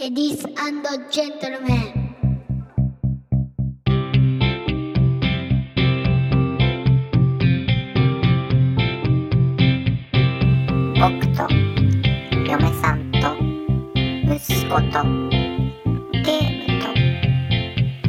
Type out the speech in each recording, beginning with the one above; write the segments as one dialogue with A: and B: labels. A: Ladies and gentlemen.
B: 僕と嫁さんと息子とゲームと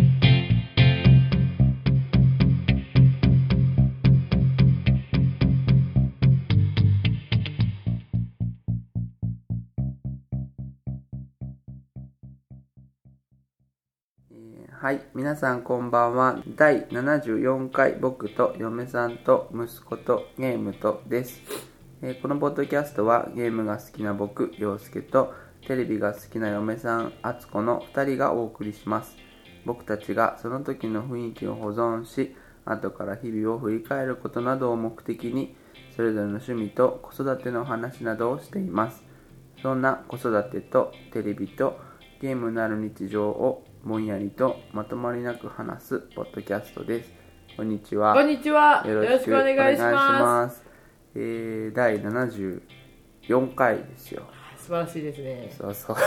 C: はい、皆さんこんばんは。第74回、僕と嫁さんと息子とゲームとです。えーこのポッドキャストはゲームが好きな僕、陽介とテレビが好きな嫁さん、敦子の2人がお送りします。僕たちがその時の雰囲気を保存し、後から日々を振り返ることなどを目的に、それぞれの趣味と子育ての話などをしています。そんな子育てとテレビとゲームのある日常をぼんやりとまとまりなく話すポッドキャストです。こんにちは。
D: こんにちは。
C: よ
D: よ
C: ろ
D: ろ
C: し
D: し
C: く
D: く
C: お
D: お
C: 願
D: 願
C: い
D: い
C: し
D: し
C: ま。
D: ます
C: えー、第74回ですよ。
D: す。素晴らしいですね。
C: そうそう。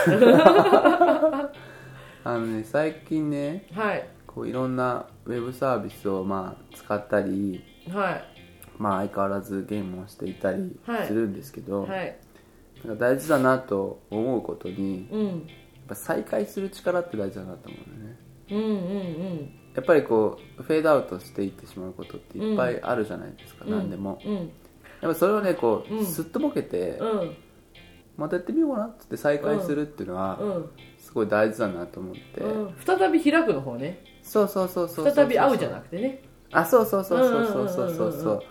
C: あのね、最近ね、
D: はい。
C: こういろんなウェブサービスをまあ使ったり、
D: は
C: まあ相変わらずゲームをしていたり
D: はい
C: するんですけど、
D: い。はい。
C: なんか大事だなと思うことに、やっ
D: うん。
C: ぱ再開する力って大事だなと思うんだよね。
D: うんうん
C: やっぱりこう、フェードアウトしていってしまうことっていっぱいあるじゃないですか、
D: うん。
C: 何でも。
D: うん。
C: やっぱそれをね、こ
D: う
C: う、
D: ん
C: すっとぼけて、
D: うん。
C: またやってみようかなっつって再開するっていうのは、
D: うん。
C: すごい大事だなと思って、
D: うん。再び開くの方ね。
C: そうそうそうそうそう
D: 再び会うじゃなくてね。
C: あそうそうそうそうそうそうそう
D: うんうんうん
C: そ
D: うんう
C: う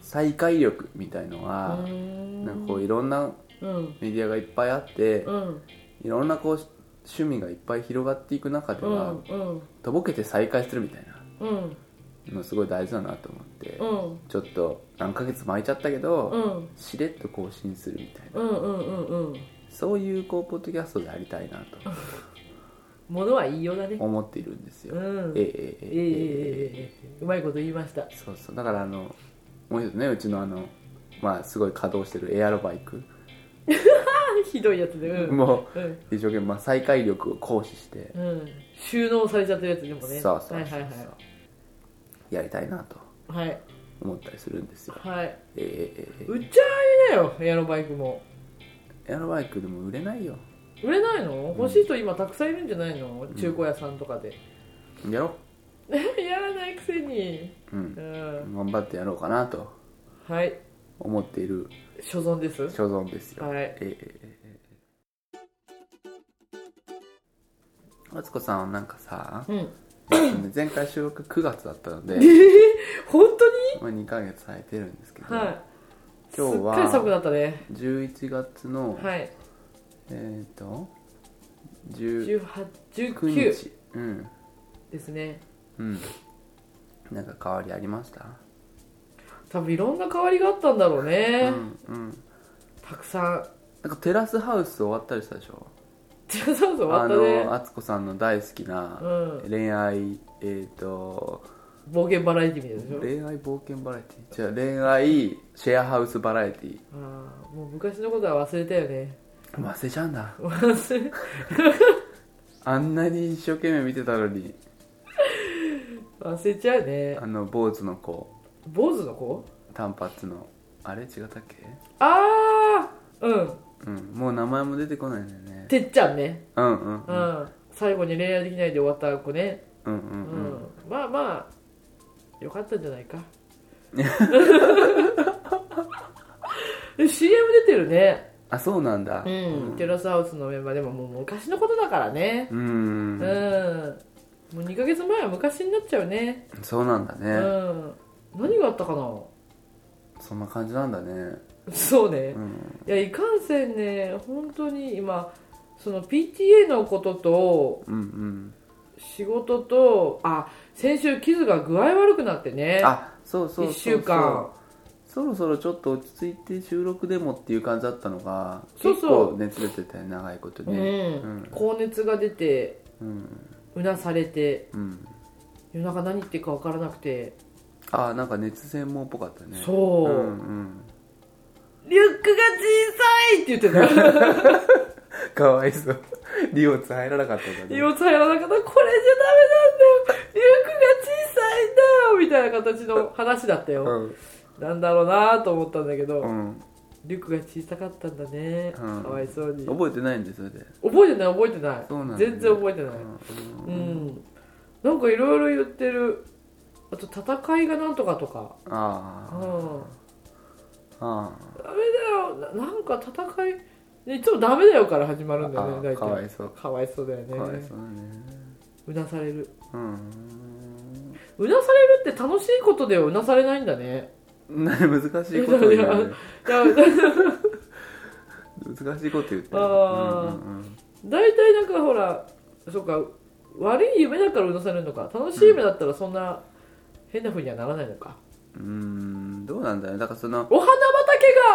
C: 再開力みたいの
D: う
C: は、
D: ん。
C: なんかこういろんな
D: うん。
C: メディアがいっぱいあって、
D: うん。
C: いろんなこう趣味がいっぱい広がっていく中で
D: うん。う
C: は、
D: ん。うん。
C: とぼけて再開するみたいな
D: うん。
C: のすごい大事だなと思って、
D: うん。
C: ちょっと何ヶ月巻いちゃったけど、
D: うん。
C: しれっと更新するみたいな
D: うんうんうんうん。
C: そういうこうポッドキャストでありたいなと
D: ものは言いようだね。
C: 思っているんですよ、
D: うん。
C: えええええ
D: えええ
C: え
D: えええうまいこと言いました。
C: そうそうだからあのもう一つねうちのあのまあすごい稼働してるエアロバイク
D: ひどいやつで。うん。
C: も
D: うん。
C: う一生懸命、まあ、再開力を行使して、
D: うん。収納されちゃってるやつでもね。
C: そうそうそうそう、
D: はいはいはい。
C: やりたいなと
D: はい。
C: 思ったりするんですよ
D: はい。
C: えええええ
D: 売っちゃいだよエアロバイクも
C: えエアロバイクでも売れないよ
D: 売れないの欲しい人今たくさんいるんじゃないの中古屋さんとかで、
C: やろ
D: やらないくせに
C: ううん
D: うん
C: 頑張ってやろうかなと
D: はい
C: 思っている
D: 所存です
C: 所存ですよ、
D: はい
C: ええええええ敦子さんはなんかさ
D: うん
C: 前回収録9月だったので、
D: 本当に
C: まあ、2ヶ月空いてるんですけど、
D: はい
C: 今日は
D: すっかり寒くなったね
C: 11月の、
D: はい
C: えっ、ー、と19
D: 1819
C: 日うん
D: ですね
C: うんなんか変わりありました、
D: 多分いろんな変わりがあったんだろう
C: う
D: ね、
C: んうん
D: たくさん
C: なんかテラスハウス終わったりしたでしょ
D: じゃあそうそう終わ
C: あ
D: った
C: の
D: ね
C: 敦子さんの大好きな
D: うん
C: 恋愛、えっ、ー、と
D: 冒険バラエティみたいでしょ
C: 恋愛冒険バラエティじゃあ恋愛シェアハウスバラエティ
D: あーもう昔のことは忘れたよね
C: 忘れちゃうんだ
D: 忘れ
C: あんなに一生懸命見てたのに
D: 忘れちゃうね
C: あの坊主の子
D: 坊主の子
C: 短髪のあれ違ったっけ
D: ああうん
C: うんもう名前も出てこないんだよね
D: てっちゃんね、
C: うんうん
D: う
C: うんん
D: 最後に恋愛できないで終わった子ね、
C: うんう
D: うん
C: んうん
D: まあまあよかったんじゃない かで CM 出てるね、
C: あそうなんだ
D: うん、テラスハウスのメンバーでももう昔のことだからね
C: う
D: うんん、もう2ヶ月前は昔になっちゃうね
C: そうなんだ
D: う
C: ね
D: ん何があったかな
C: そんな感じなんだね
D: そうね
C: うん
D: いやいかんせんね本当に今その PTA のことと
C: うんうん
D: 仕事とあ先週キズが具合悪くなってね
C: あそうそうそうそう
D: 1週間
C: そろそろちょっと落ち着いて収録でもっていう感じだったのが
D: そうそう
C: 結構熱出てたよ長いこと
D: う
C: ね
D: ん、
C: うん
D: 高熱が出て
C: うん
D: うなされて
C: うん
D: 夜中何言ってるか分からなくて、
C: あなんか熱専門っぽかったね
D: そ
C: う
D: う
C: んうん
D: リュックが小さいって言ってた
C: かわいそうリオツ入らなかったんだね
D: 荷物入らなかったこれじゃダメなんだよリュックが小さいんだよみたいな形の話だった
C: う
D: よ、
C: ん
D: なんだろうなと思ったんだけど、
C: うん
D: リュックが小さかったんだね、
C: うん
D: かわいそうに覚
C: 覚えてないんでそれで
D: えてない覚えてない
C: そうなんだね
D: 全然覚えてない
C: うん
D: うん、なんかいろいろ言ってるあと戦いがなんとかとかうん
C: あああ
D: ダメだよななんか戦いねいつもダメだよから始まるんだよね
C: あ
D: 大体
C: かわいそう
D: かわいそうだよ
C: あ
D: ね
C: かわいそうだね
D: うなされる
C: うん
D: うなされるって楽しいことではうなされないんだね
C: な難しいこと言う
D: いやい
C: ね
D: やだ からだ
C: 難しいこと言ってる
D: あー
C: うんうん
D: 大体なんかほらそうか悪い夢だからうなされるのか楽しい夢だったらそんな変な風にはならないのか、
C: うんうーんどうなんだろうだからその
D: お花畑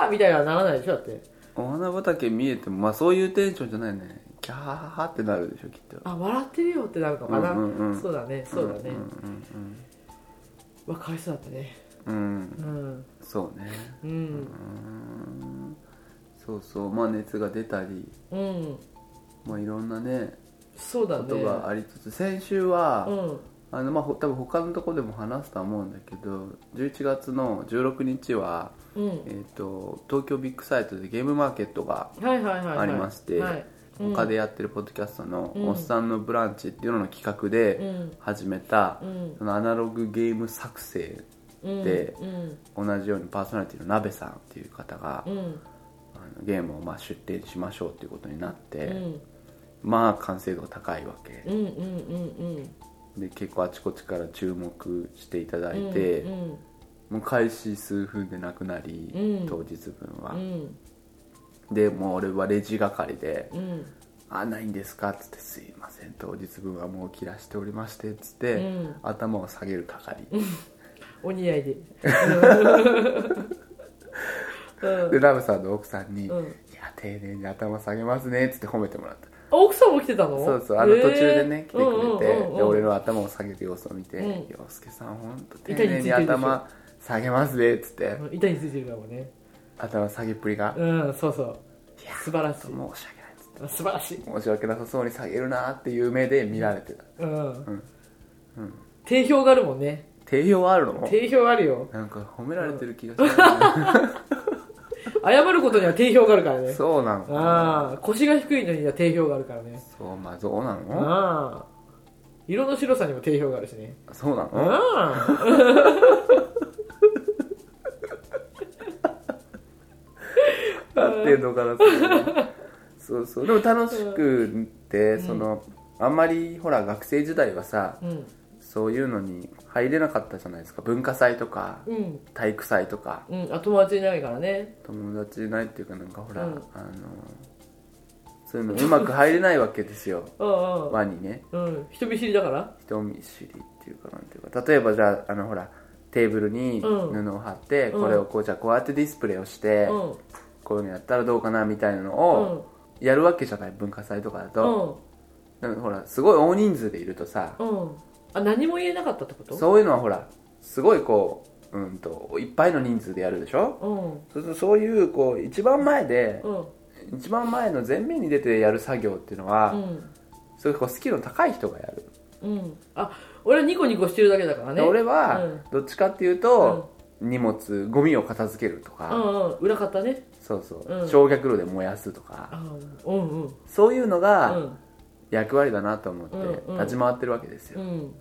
D: がみたいなのはならないでしょだって
C: お花畑見えてもまあそういうテンションじゃないねキャーハーってなるでしょきっと
D: あ笑ってるよってなるのかな、
C: うんうんうん
D: そうだねそうだね、
C: うん
D: わかりそうだったね
C: うんうんうん
D: うん
C: そうね
D: う
C: うんーんそうそうまあ熱が出たり
D: うん
C: まあいろんなね
D: そうだ
C: こ
D: ね
C: とがありつつ先週は、
D: うん
C: あのまあほ多分他のとこでも話すとは思うんだけど11月の16日は、
D: うん
C: えー、と東京ビッグサイトでゲームマーケットが
D: はいはいはい、はい、
C: ありまして、
D: はい、うん
C: 他でやってるポッドキャストの「
D: うん
C: おっさんのブランチ」っていうのの企画
D: う
C: で
D: ん
C: 始めた、
D: うん
C: そのアナログゲーム作成
D: うん
C: で
D: うん
C: 同じようにパーソナリティのなべさんっていう方が、
D: うん
C: あのゲームをまあ出展しましょうっていうことになって、
D: うん
C: まあ完成度が高いわけ
D: うんうんうんうん
C: で結構あちこちから注目していただいて、
D: うん
C: もう開始数分でなくなり、
D: うん
C: 当日分は
D: う、ん
C: でもう俺はレジ係で
D: うんうん
C: 「あないんですか?」っつって「すいません当日分はもう切らしておりまして」っつって、
D: うん
C: 頭を下げる係、
D: お似合いでうん
C: でラブさんの奥さんに「
D: うん
C: いや丁寧に頭下げますね」っつって褒めてもらった
D: あ奥さんも来てたの
C: そうそうあの
D: へー
C: 途中でね、来てくれて、
D: うんうんうんうん
C: で俺の頭を下げる様子を見て
D: うん
C: 「洋、介さん本当丁寧に頭下げますね」っつって
D: うん板についてるからもね
C: 頭下げっぷりが
D: うんそうそう素晴ら
C: 「
D: しい
C: 申し訳ない」っつって
D: 素晴らし
C: 「
D: い
C: 申し訳なさそうに下げるな」っていう目で見られてた
D: うん、
C: ん
D: 定評があるもんね
C: 定評はあるの
D: 定評あるよ
C: なんか褒められてる気がす る、
D: 謝ることには定評があるからね
C: そうなのかな
D: ああ腰が低いのには定評があるからね
C: そうまあそうなの
D: ああ色の白さにも定評があるしね
C: そうなの
D: あ
C: 合ってんのかなそれそうそうでも楽しくって、そのあんまりほら学生時代はさ、
D: あうん
C: そういうのに入れなかったじゃないですか文化祭とか
D: うん
C: 体育祭とか
D: うんあ友達いないからね
C: 友達いないっていうかなんかほら、
D: うん
C: あのそういうのうまく入れないわけですよ
D: うん
C: 輪にね
D: うんうん人見知りだから
C: 人見知りっていうかなんていうか例えばじゃああのほらテーブルに布
D: うん
C: を貼って、
D: うん
C: これをこうじゃあこうやってディスプレイをして、
D: うんうん
C: こういうのやったらどうかなみたいなのをやるわけじゃない文化祭とかだ
D: う
C: と、
D: ん
C: だからほらすごい大人数でいるとさ、
D: うんあ何も言えなかったってこと
C: そういうのはほらすごいこううんといっぱいの人数でやるでしょ
D: うん
C: そうするとそういうこう一番前で、
D: うん
C: 一番前の前面に出てやる作業っていうのは、
D: うん
C: すごいこうスキルの高い人がやる、
D: うんあ俺はニコニコしてるだけだからね
C: 俺
D: う
C: は
D: ん
C: どっちかっていうと、荷物ゴミを片付けるとか、
D: うんうん裏方ね
C: そうそう、
D: うん
C: 焼却炉で燃やすとか
D: あうんうん
C: そういうの
D: う
C: が
D: ん
C: 役割だなと思って
D: うんうん
C: 立ち回ってるわけですよ、
D: うん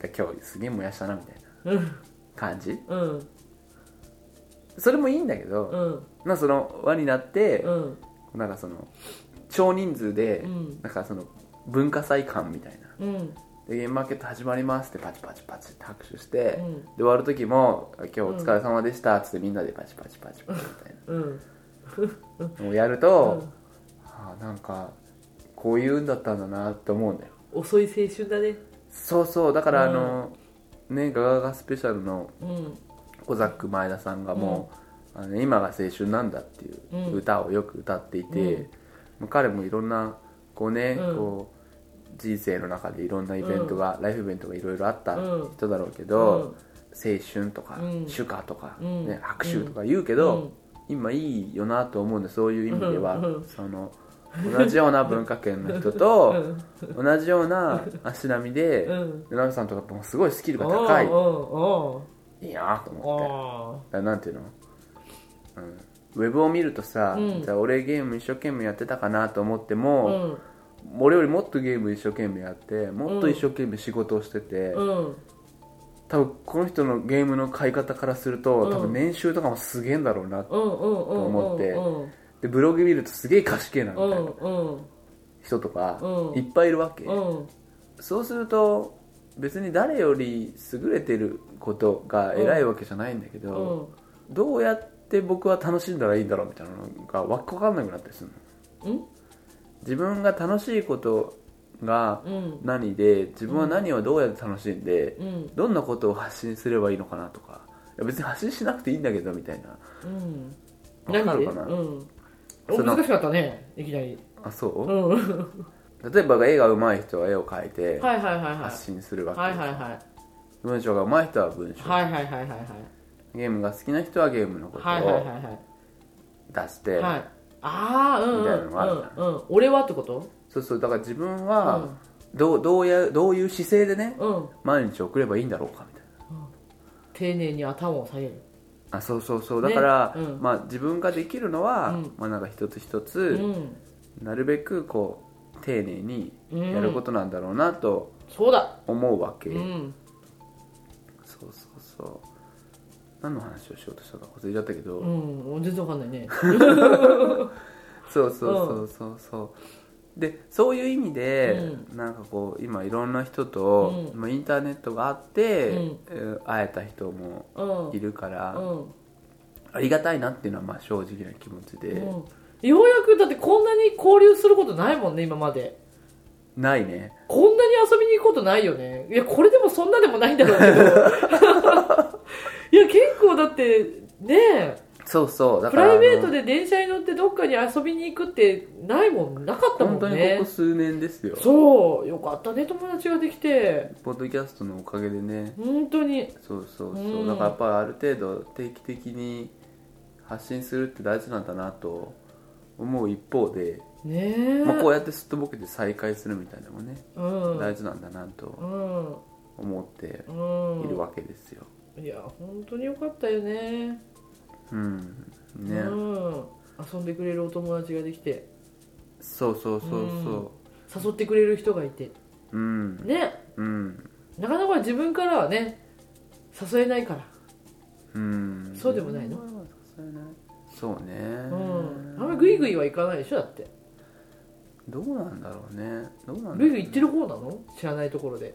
C: で今日すげえ燃やしたなみたいな
D: うん
C: 感じ
D: うん
C: それもいいんだけ
D: う
C: ど、
D: ん
C: まあその輪になって、
D: うん
C: なんかその少人数で、
D: うん
C: なんかその文化祭感みたいな
D: うん
C: でゲームマーケット始まりますってパチパチパチって拍手して、
D: うん
C: で終わる時も「今日お疲れ様でした」っつってみんなでパチパチパチパチみたい
D: うん
C: なのをやると、ああなんかこういうんだったんだなって思うんだよ
D: 遅い青春だね
C: そうそうだからあ
D: うん
C: の、ねガガガスペシャルの
D: うん
C: コザック前田さんがもう、あの今が青春なんだっていううん歌をよく歌っていて、
D: うん
C: まあ彼もいろんなこうね、
D: うん
C: こう人生の中でいろんなイベントが、ライフイベントがいろいろあった
D: うん
C: 人だろうけど、青春とか、
D: うん
C: 主歌とか、
D: うん
C: ね、拍手とか言うけど、
D: うん
C: 今いいよなと思うんでそういう意味では、
D: うんうん
C: その同じような文化圏の人
D: う
C: と
D: ん
C: 同じような足並みで
D: うん
C: ナミさんとかもすごいスキルが高い
D: うんうん
C: いいなと
D: う
C: 思って
D: んうん
C: だからなんていうの、うん、ウェブを見るとさ、
D: うん
C: じゃあ俺ゲーム一生懸命やってたかなと思って
D: う
C: も、
D: ん
C: 俺よりもっとゲーム一生懸命やってもっと一生懸命仕事をしてて、
D: うん
C: 多分この人のゲームの買い方からすると、
D: うん
C: 多分年収とかもすげえんだろうなって
D: うんうんうんうん
C: 思って
D: うん
C: でブログ見るとすげえ賢いなみ
D: う
C: たい
D: ん
C: な
D: うん
C: 人とか、
D: うん
C: いっぱいいるわけ、
D: うん
C: そうすると別に誰より優れてることが偉いわけじゃないんだけ
D: う
C: ど、
D: ん
C: どうやって僕は楽しんだらいいんだろうみたいなのがわかんなくなったりするの
D: うん
C: 自分が楽しいことが
D: うん
C: 何で自分は何をどうやって楽しんで、
D: うん
C: どんなことを発信すればいいのかなとかいや別に発信しなくていいんだけどみたいな
D: うん
C: わかるかな
D: 何でうん
C: そ
D: お
C: の
D: 難しかったねいきなり
C: あそう
D: う、んは
C: 例えば絵が上手い人は絵を描いて
D: いはいはいはい
C: 発信するわけ、
D: はいはいはい
C: 文章が上手い人は文章、
D: はいはいはいはいはい
C: ゲームが好きな人はゲームのこと
D: はいはいは
C: を
D: いは
C: 出して、
D: いはいああうん
C: み
D: う
C: たいなの
D: ん
C: があるじ
D: うんうん俺はってこと
C: そうそうだから自分
D: う
C: は
D: ん
C: どうどうやどういう姿勢でね
D: うん
C: 毎日送ればいいんだろうかみたいな
D: 丁寧に頭を下げる
C: あそうそうそうだ
D: ね
C: から、
D: うん
C: まあ、自分ができるのは、
D: うん
C: まあ、なんか一つ一
D: う
C: つ、
D: ん
C: なるべくこう丁寧にやることなんだろうなと
D: そうだ
C: 思うわけ、
D: うん
C: そうそうそう何の話をしようとしたか忘れちゃったけど、
D: うん全然わかんない ね
C: そうそうそうそうそうでそういう意味で、
D: う
C: なんかこう今いろんな人と、
D: う
C: まあインターネットがあって、
D: うん
C: えー会えた人も
D: うん
C: いるから、
D: うん
C: ありがたいなっていうのはまあ正直な気持ちで、
D: うん、ようやくだってこんなに交流することないもんね今まで
C: ないね
D: こんなに遊びに行くことないよねいやこれでもそんなでもないんだろうけ どいや結構だってねえ
C: そうそうだ
D: プ
C: から
D: ライベート
C: で
D: で電車に乗ってどっかに遊びに行くってないもんなかった
C: 本
D: も
C: 当
D: ん
C: に
D: ね
C: ここ数年ですよ
D: そうよかったね友達ができて
C: ポッドキャストのおかげでね
D: 本当に
C: そうそうそう、
D: うん
C: だからやっぱある程度定期的に発信するって大事なんだなと思う一方で、
D: ねえ、
C: まあ、こうやってすっとぼけて再会するみたいなのもね、
D: うん
C: 大事なんだなと
D: うん
C: 思って
D: うん
C: いるわけですよ
D: いや本当によかったよね
C: うんね、
D: うん遊んでくれるお友達ができて
C: そうそうそうそ
D: 誘ってくれる人がいて
C: ううん
D: ね
C: うん
D: なかなか自分からはね誘えないから
C: うん
D: そうでもないの
C: そうね、
D: うんあんまりグイグイはいかないでしょだって
C: どうなんだろうねどうなんだろう
D: グイグイ行ってる方なの知らないところで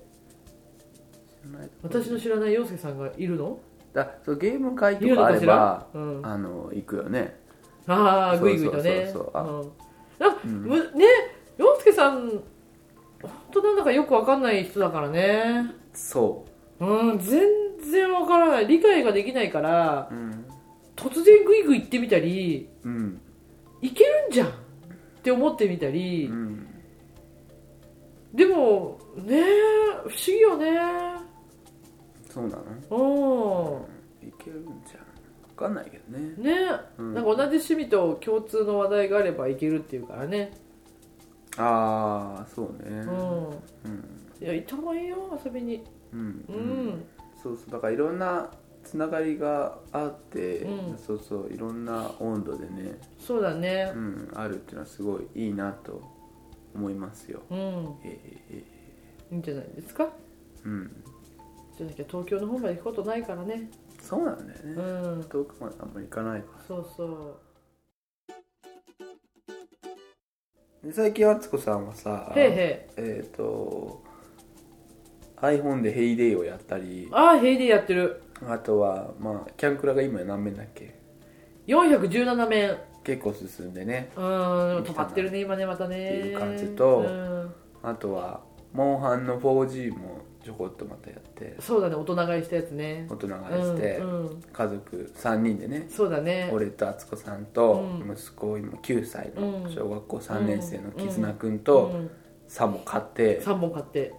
D: 私の知らない洋介さんがいるの
C: だそうゲーム会
D: い
C: と
D: るの
C: かあ
D: か
C: れ
D: しら
C: ば、
D: うん、あ
C: あの行くよね
D: あー
C: そう
D: グ
C: そう
D: イグイとね
C: そうそうあ
D: うんあ
C: うん
D: むね洋介さん本当なんだかよくわかんない人だからね
C: そ
D: うん全然わからない理解ができないから
C: ううん
D: 突然グイグイ行ってみたり
C: うん
D: いけるんじゃんって思ってみたり、
C: うん
D: でもねえ不思議よね
C: そうなの
D: う
C: いけるんじゃん分かんないけどね
D: んね
C: うん
D: なんか同じ趣味と共通の話題があればいけるっていうからね
C: ああそうね
D: うん
C: うん
D: いや行った方がいいよ遊びに
C: うんう
D: う
C: ん
D: ん
C: そうそうだからいろんなつながりがあって、
D: うん
C: そうそういろんな温度でね、
D: そうだね
C: うん、あるっていうのはすごいいいなと思いますよ
D: うん
C: えええ
D: いいんじゃないですか
C: えうん
D: じゃなきゃ東京の方まで行くことないからね
C: そうなんだよね、
D: うん
C: 遠くまであんまり行かないか
D: そうそう
C: らで最近あつこさんはさ
D: へいへい
C: えっ、と iPhone で「ヘイデイをやったり
D: ああヘイデイやってる
C: あとはまあキャンクラが今何面だっけ
D: 417面
C: 結構進んでね
D: うん止まってるね今ねまたね
C: っていう感じと
D: うん
C: あとはモンハンの 4G もちょこっとまたやって
D: そうだね大人買いしたやつね
C: 大人がいして、
D: うんうん
C: 家族3人でね
D: そうだね
C: 俺と敦子さんと
D: うん
C: 息子今9歳
D: う
C: の
D: ん
C: 小学校3年生の絆くん
D: う
C: と
D: ん、
C: サボ買って
D: 3本買って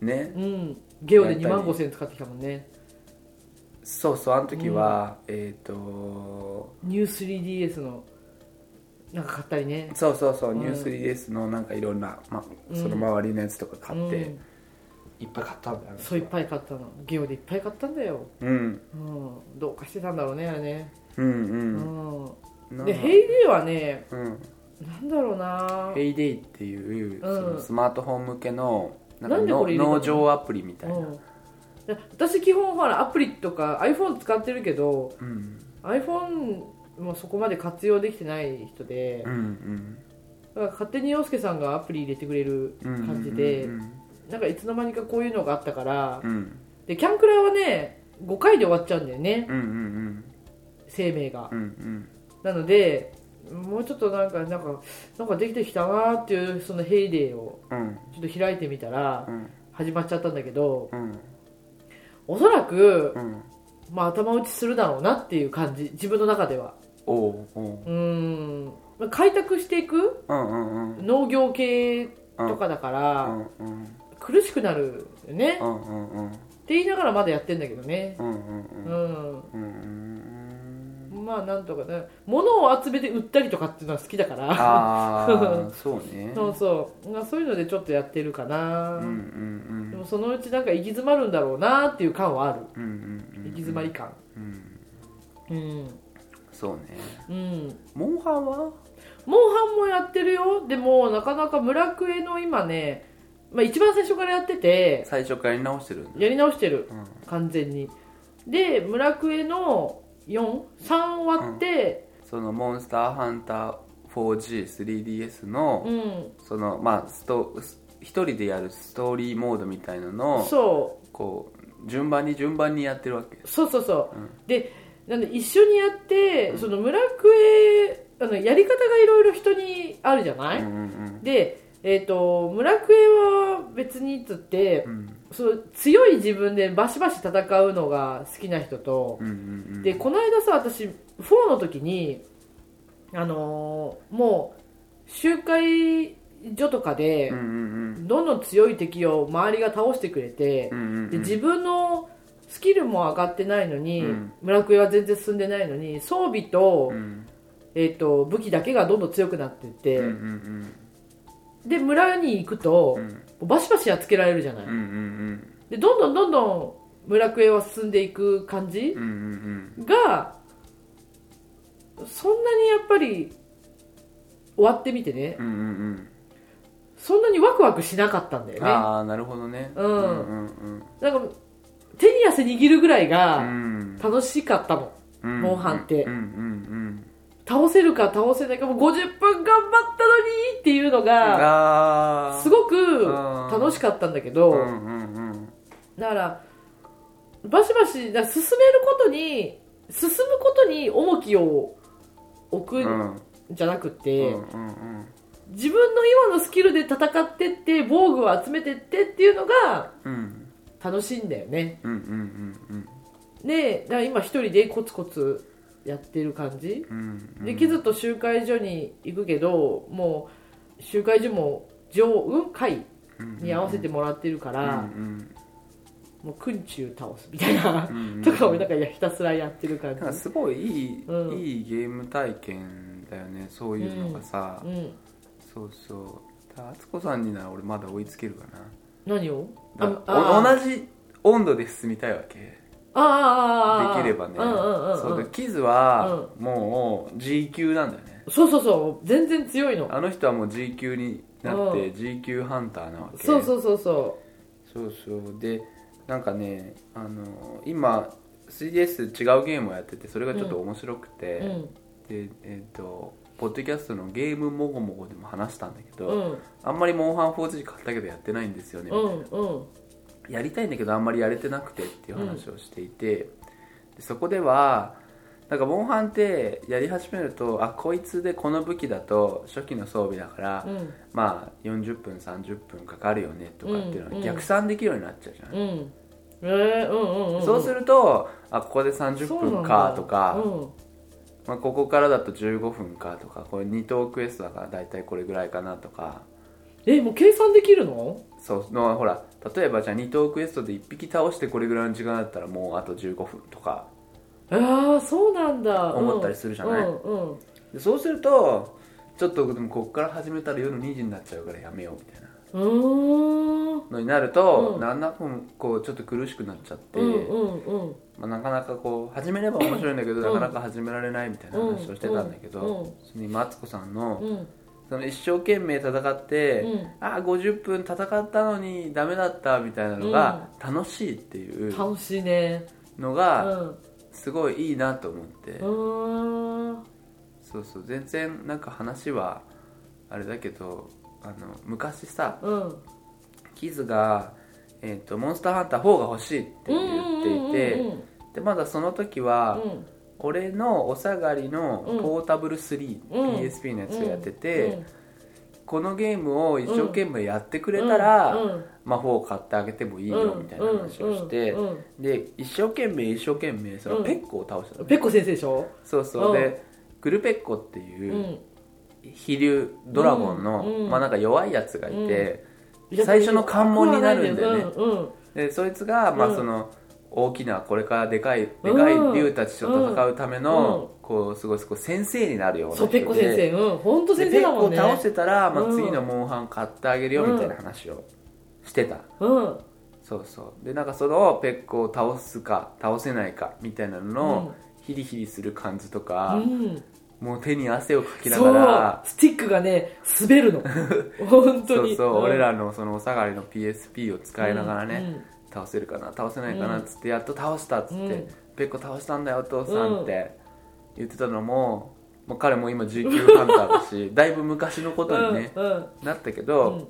C: ね
D: うんゲオ
C: や
D: で
C: っぱり
D: 2万5千円使ってきたもんね
C: そうそうあの時はえっと
D: ニュー 3DS のなんか買ったりね
C: そうそうそう、ニュースリーですのなんかいろんな、ま、その周りのやつとか買って、
D: うん
C: いっぱい買ったんだよね
D: そういっぱい買ったのゲオでいっぱい買ったんだよ、
C: うん
D: うん、どうかしてたんだろうねあれね、
C: うん
D: う
C: うんん
D: で
C: なんか
D: ヘイデイはね
C: うん
D: なんだろうな
C: ペイデイっていう、
D: うん
C: そのスマートフォン向けのなんか
D: なんでこ
C: の
D: れ入れたの
C: 農場アプリみたいな、
D: うんで私基本ほらアプリとか iPhone 使ってるけど
C: うん
D: iPhone もそこまで活用できてない人で、
C: うんうん
D: だから勝手に洋介さんがアプリ入れてくれる
C: うんうん
D: 感じで、
C: うん
D: なんかいつの間にかこういうのがあったから、
C: うん
D: でキャンクラはね5回で終わっちゃうんだよね
C: うんうん
D: 生命が
C: うんうんうん
D: なのでもうちょっとなんかなんかなんかできてきたなーっていうその「ヘイデイを
C: うん
D: ちょっと開いてみたら
C: うん
D: 始まっちゃったんだけど
C: うん
D: おそらく、
C: うん
D: まあ、頭打ちするだろうなっていう感じ自分の中では
C: おうおう
D: うーんまあ開拓していく
C: うんうんうん
D: 農業系とかだか
C: う
D: ら
C: んうん
D: 苦しくなるよね
C: うんうんうん
D: って言いながらまだやってんだけどね
C: うんうんうん
D: うん
C: うん
D: まあなんとかね物を集めて売ったりとかっていうのは好きだから
C: ああそうね
D: そうそう、まあ、そういうのでちょっとやってるかな、
C: うんうん
D: で
C: うん
D: もそのうちなんか行き詰まるんだろうなっていう感はある
C: うんうんうん
D: 行き詰まり感
C: うん
D: うん
C: そうね
D: うん
C: モンハンは
D: モンハンもやってるよでもなかなか村クエの今ね、まあ、一番最初からやってて
C: 最初からやり直してるんだ
D: やり直してる
C: うん
D: 完全にで村クエの43終わって
C: そのモンスターハンター 4G3DS の、
D: うん、
C: そのまあストス一人でやるストーリーモードみたいなのを
D: そ
C: こう順番に順番にやってるわけ
D: うそうそうそう、
C: うん
D: でなんで一緒にやって、その村クエあのやり方がいろいろ人にあるじゃない、
C: うんうん
D: で、えー、と村クエは別にっつって
C: う、ん
D: その強い自分でバシバシ戦うのが好きな人と、
C: うんうんうん
D: でこの間さ私4の時に、あのーもう集会所とかで
C: うん、うん
D: どんどん強い敵を周りが倒してくれて
C: うんう、ん
D: で自分のスキルも上がってないのに、
C: うん
D: 村クエは全然進んでないのに装備と,、
C: うん
D: えー、と武器だけがどんどん強くなってって、
C: うんうん
D: で村に行くと
C: うんう、ん
D: バシバシやっつけられるじゃない、
C: うんうん
D: でどんどんどんどん村クエは進んでいく感じ
C: うんうんうん
D: がそんなにやっぱり終わってみてね
C: うんうん
D: そんなにワクワクしなかったんだ
C: う
D: よ
C: ん
D: ね
C: ああなるほどね
D: うん
C: うんうん
D: なんか手に汗握るぐらいが
C: うん
D: 楽しかったの
C: うん
D: モンハンって
C: うんうん
D: 倒せるか倒せないかもう50分頑張ったのにっていうの
C: うん
D: が
C: ああ
D: すごく
C: あー
D: 楽しかったんだけ
C: う
D: ど
C: んうんうん
D: だからバシバシだから進めることに進むことに重きを置く
C: うん
D: んじゃなくて、
C: うんうんうん
D: 自分の今のスキルで戦ってって防具を集めてってっていうのが
C: うん
D: 楽しいんだよね
C: うんうんうん
D: でだから今一人でコツコツやってる感じ
C: うんうんうん
D: でキズと集会所に行くけどもう集会所も上海に合わせてもらってるから、
C: うん
D: もう昆虫倒すみたいな
C: うんうん
D: とかをなんかひたすらやってる感
C: なんか
D: じ
C: すごいいい,、
D: うん
C: いいゲーム体験だよねそういうのがさ、
D: うん
C: そうそうあつこさんになら俺まだ追いつけるか
D: 何を
C: な
D: あ
C: お
D: あー
C: 同じ温度で進みたいわけで
D: あーあーあーあー
C: きればね、
D: うんうんうん
C: そう
D: う
C: で
D: ん
C: キズはもう G 級なんだよね
D: そうそうそう全然強いの
C: あの人はもう G 級になっ
D: う
C: て G 級ハンターなわけ
D: そうそうそうそ
C: そうそうでなんかねあの今 3DS 違うゲームをやっててそれがちょっと面白くて、
D: ううん
C: でえっ、とポッドキャストのゲームもごもごでも話したんだけど、
D: うん
C: あんまりモンハン 4G 買ったけどやってないんですよね、
D: うんうん
C: やりたいんだけどあんまりやれてなくてっていう話をしていて、でそこではなんかモンハンってやり始めるとあこいつでこの武器だと初期の装備だから、
D: うん
C: まあ40分30分かかるよねとかっていうの
D: うん
C: は逆算できるようになっちゃうじゃない、ん
D: うんえーうんうんうん
C: そうするとあここで30分かとか、
D: う
C: まあ、ここからだと15分かとかこれ2等クエストだから大体これぐらいかなとか
D: んえもう計算できるの
C: そうのほら例えばじゃあ2等クエストで1匹倒してこれぐらいの時間だったらもうあと15分とか
D: ああそうなんだ
C: 思ったりするじゃない
D: うんうん
C: でそうするとちょっとでもこっから始めたら夜2時になっちゃうからやめようみたいな
D: うーん
C: のになると、
D: うん
C: なんだかもこうちょっと苦しくなっちゃって、
D: うんうんうん
C: まあ、なかなかこう始めれば面白いんだけど、なかなか始められないみたいな話をしてたんだけど、
D: うんうん
C: それにマツコさんの,、
D: うん
C: その一生懸命戦って、
D: うん
C: ああ50分戦ったのにダメだったみたいなのが楽しいっていう
D: 楽しいね
C: の
D: う
C: が
D: ん
C: すごいいいなと思って、
D: うーん
C: そうそう全然なんか話はあれだけどあの昔さ
D: うん
C: キズが、えーと「モンスターハンター4が欲しい」って
D: うん
C: 言っていてでまだその時は、俺のお下がりの
D: うん
C: ポータブル 3PSP、
D: うん
C: PSP のやつがやってて、このゲームを一生懸命やってくれたら、魔法を買ってあげてもいいよみたいな話をして、で一生懸命一生懸命その
D: うん
C: ペッコを倒したのね、
D: ペッコ先生でしょ
C: そうそう
D: うん
C: でグルペッコって
D: う
C: いうん飛竜ドラゴンの、
D: うん
C: まあ、なんか弱いやつがいて、最初の関門になるんだよね
D: うんうん
C: でそいつが、ま
D: う
C: あ、
D: ん
C: その大きなこれからでかいでかい竜たちと戦うための、こうすごいこう先生になるような
D: そうペッコ
C: 人で
D: 先生うん本当
C: で
D: 先生だもん
C: ペ
D: ね
C: ッコを倒してたら、まあ、
D: うん
C: 次のモンハン買ってあげるよみたいな話をしてた、
D: うん
C: そうそうでなんかそのペッコを倒すか倒せないかみたいなのの、ヒリヒリする感じとか、
D: うん
C: もう手に汗をかきな
D: そ
C: が
D: う
C: ら
D: スティックがね 滑るの本
C: そ
D: 当
C: う
D: に
C: そう、
D: ん
C: 俺らのそのお下がりの PSP を使いながらね、
D: うん
C: 倒せるかな倒せないかなっつって、やっと倒したっつって、
D: うん
C: ペッコ倒したんだよお父さんって言ってたのも、もう彼も今19ハンターだ しだいぶ昔のことにね、
D: うんうん
C: なったけど、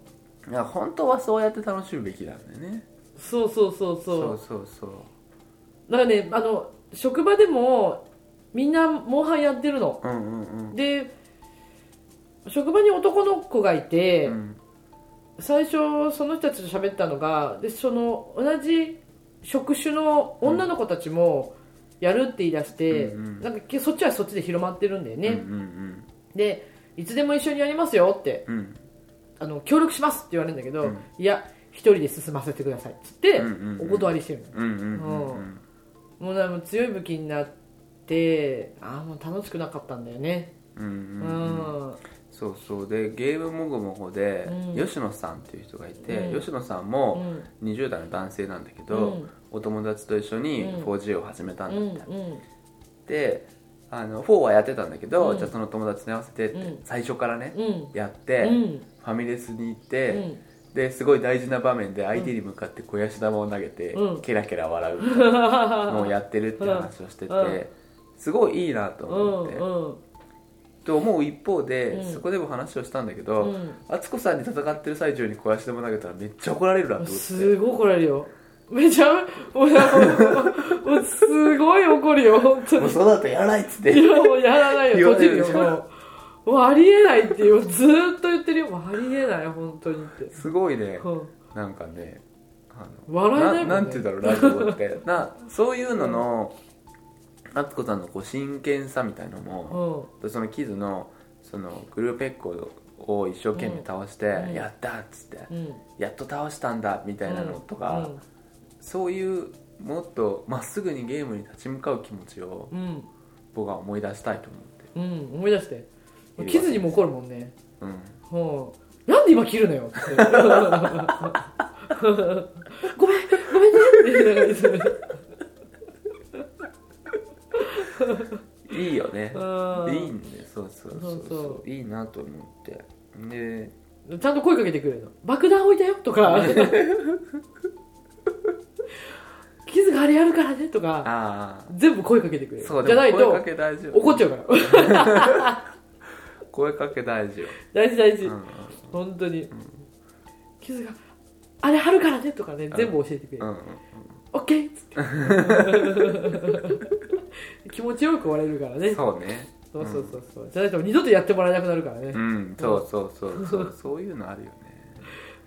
C: いや本当はそうやって楽しむべきなんだよね
D: そうそうそうそう
C: そうそうそう
D: なんかねあの職場でもみんなモンハンやってるの
C: うんうんうん
D: で職場に男の子がいて、
C: うん
D: 最初その人たちと喋ったのがでその同じ職種の女の子たちもやるって言い出して、
C: うんうん
D: なんかそっちはそっちで広まってるんだよね、
C: うんうん
D: でいつでも一緒にやりますよって
C: うんうん
D: あの協力しますって言われるんだけど、
C: うん
D: いや一人で進ませてくださいって言って、
C: うんうんうん
D: お断りしてるの
C: うんうんうんうん
D: もうなんかもう強い武器になってああもう楽しくなかったんだよね
C: うん
D: う
C: うんうん
D: ん
C: そうそうでゲームもごもごで、
D: うん
C: 吉野さんっていう人がいて、
D: うん
C: 吉野さん
D: う
C: も
D: ん
C: 20代の男性なんだけど、
D: うん
C: お友達と一緒に
D: うん
C: 4G を始めたん
D: う
C: だって、
D: んうん
C: であの4はやってたんだけど、
D: うん
C: じゃあその友達に合わせてって、
D: うん
C: 最初からね、
D: うん
C: やって、
D: うん
C: ファミレスに行って、
D: うん
C: ですごい大事な場面で相手に向かって小やし玉を投げて、
D: うん
C: ケラケラ笑うみたいなのをやってるって話をしてて、
D: うん
C: すごいいいなと
D: う
C: 思
D: ん
C: って、
D: うん
C: と思う一方で、
D: うん
C: そこでも話をしたんだけど、
D: うん
C: 敦子さんに戦ってる最中に小やし玉投げたらめっちゃ怒られるなと思って
D: すごい怒られるよめちゃもうもうすごい怒るよ本当
C: もう
D: に
C: そうだとやらないっつって
D: いやもうやらない
C: 言
D: よ
C: わ
D: 閉
C: れる
D: じる
C: で
D: よ
C: しょ
D: もうもうありえないっていうずーっと言ってるよもうありえない本当にって
C: すごいね、
D: うん
C: なんかねあの
D: 笑えないもんね
C: ななんて言うんだろうなと思って なそういうのの敦子さんのこう真剣さみたいの
D: う
C: も、
D: ん
C: そのキズのそのグルーペッコを一生懸命倒して「
D: ん
C: やった!」っつって、
D: うんみ
C: やっと倒したんだ」みたいなのとか、そういうもっとまっすぐにゲームに立ち向かう気持ちを
D: うんうん
C: 僕は思い出したいと思って、
D: うん思い出してキズにも怒るもんね
C: うん、
D: うんなんで今切るのよって。 ごめん、ごめんねって。
C: いいよね
D: うん
C: いいんでそうそうそうそう
D: そう
C: いいなと思ってで
D: ちゃんと声かけてくれるの。爆弾置いたよとか。キズがあれやるからねとか、
C: ああ
D: 全部声かけてくれる。
C: そう
D: じゃない
C: でも
D: と
C: 声かけ大事よ
D: 怒っちゃうから。
C: 声かけ大事よ、
D: 大事大事。
C: うん
D: 本当に。キズが、あれ貼るからねとかね、全部教えてくれ
C: う
D: る。
C: ん、
D: オッケーっつって。気持ちよく終われるからね。
C: そうね
D: そうそうそうそう、じゃないと二度とやってもらえなくなるからね、
C: うんそうそうそうそうそういうのあるよね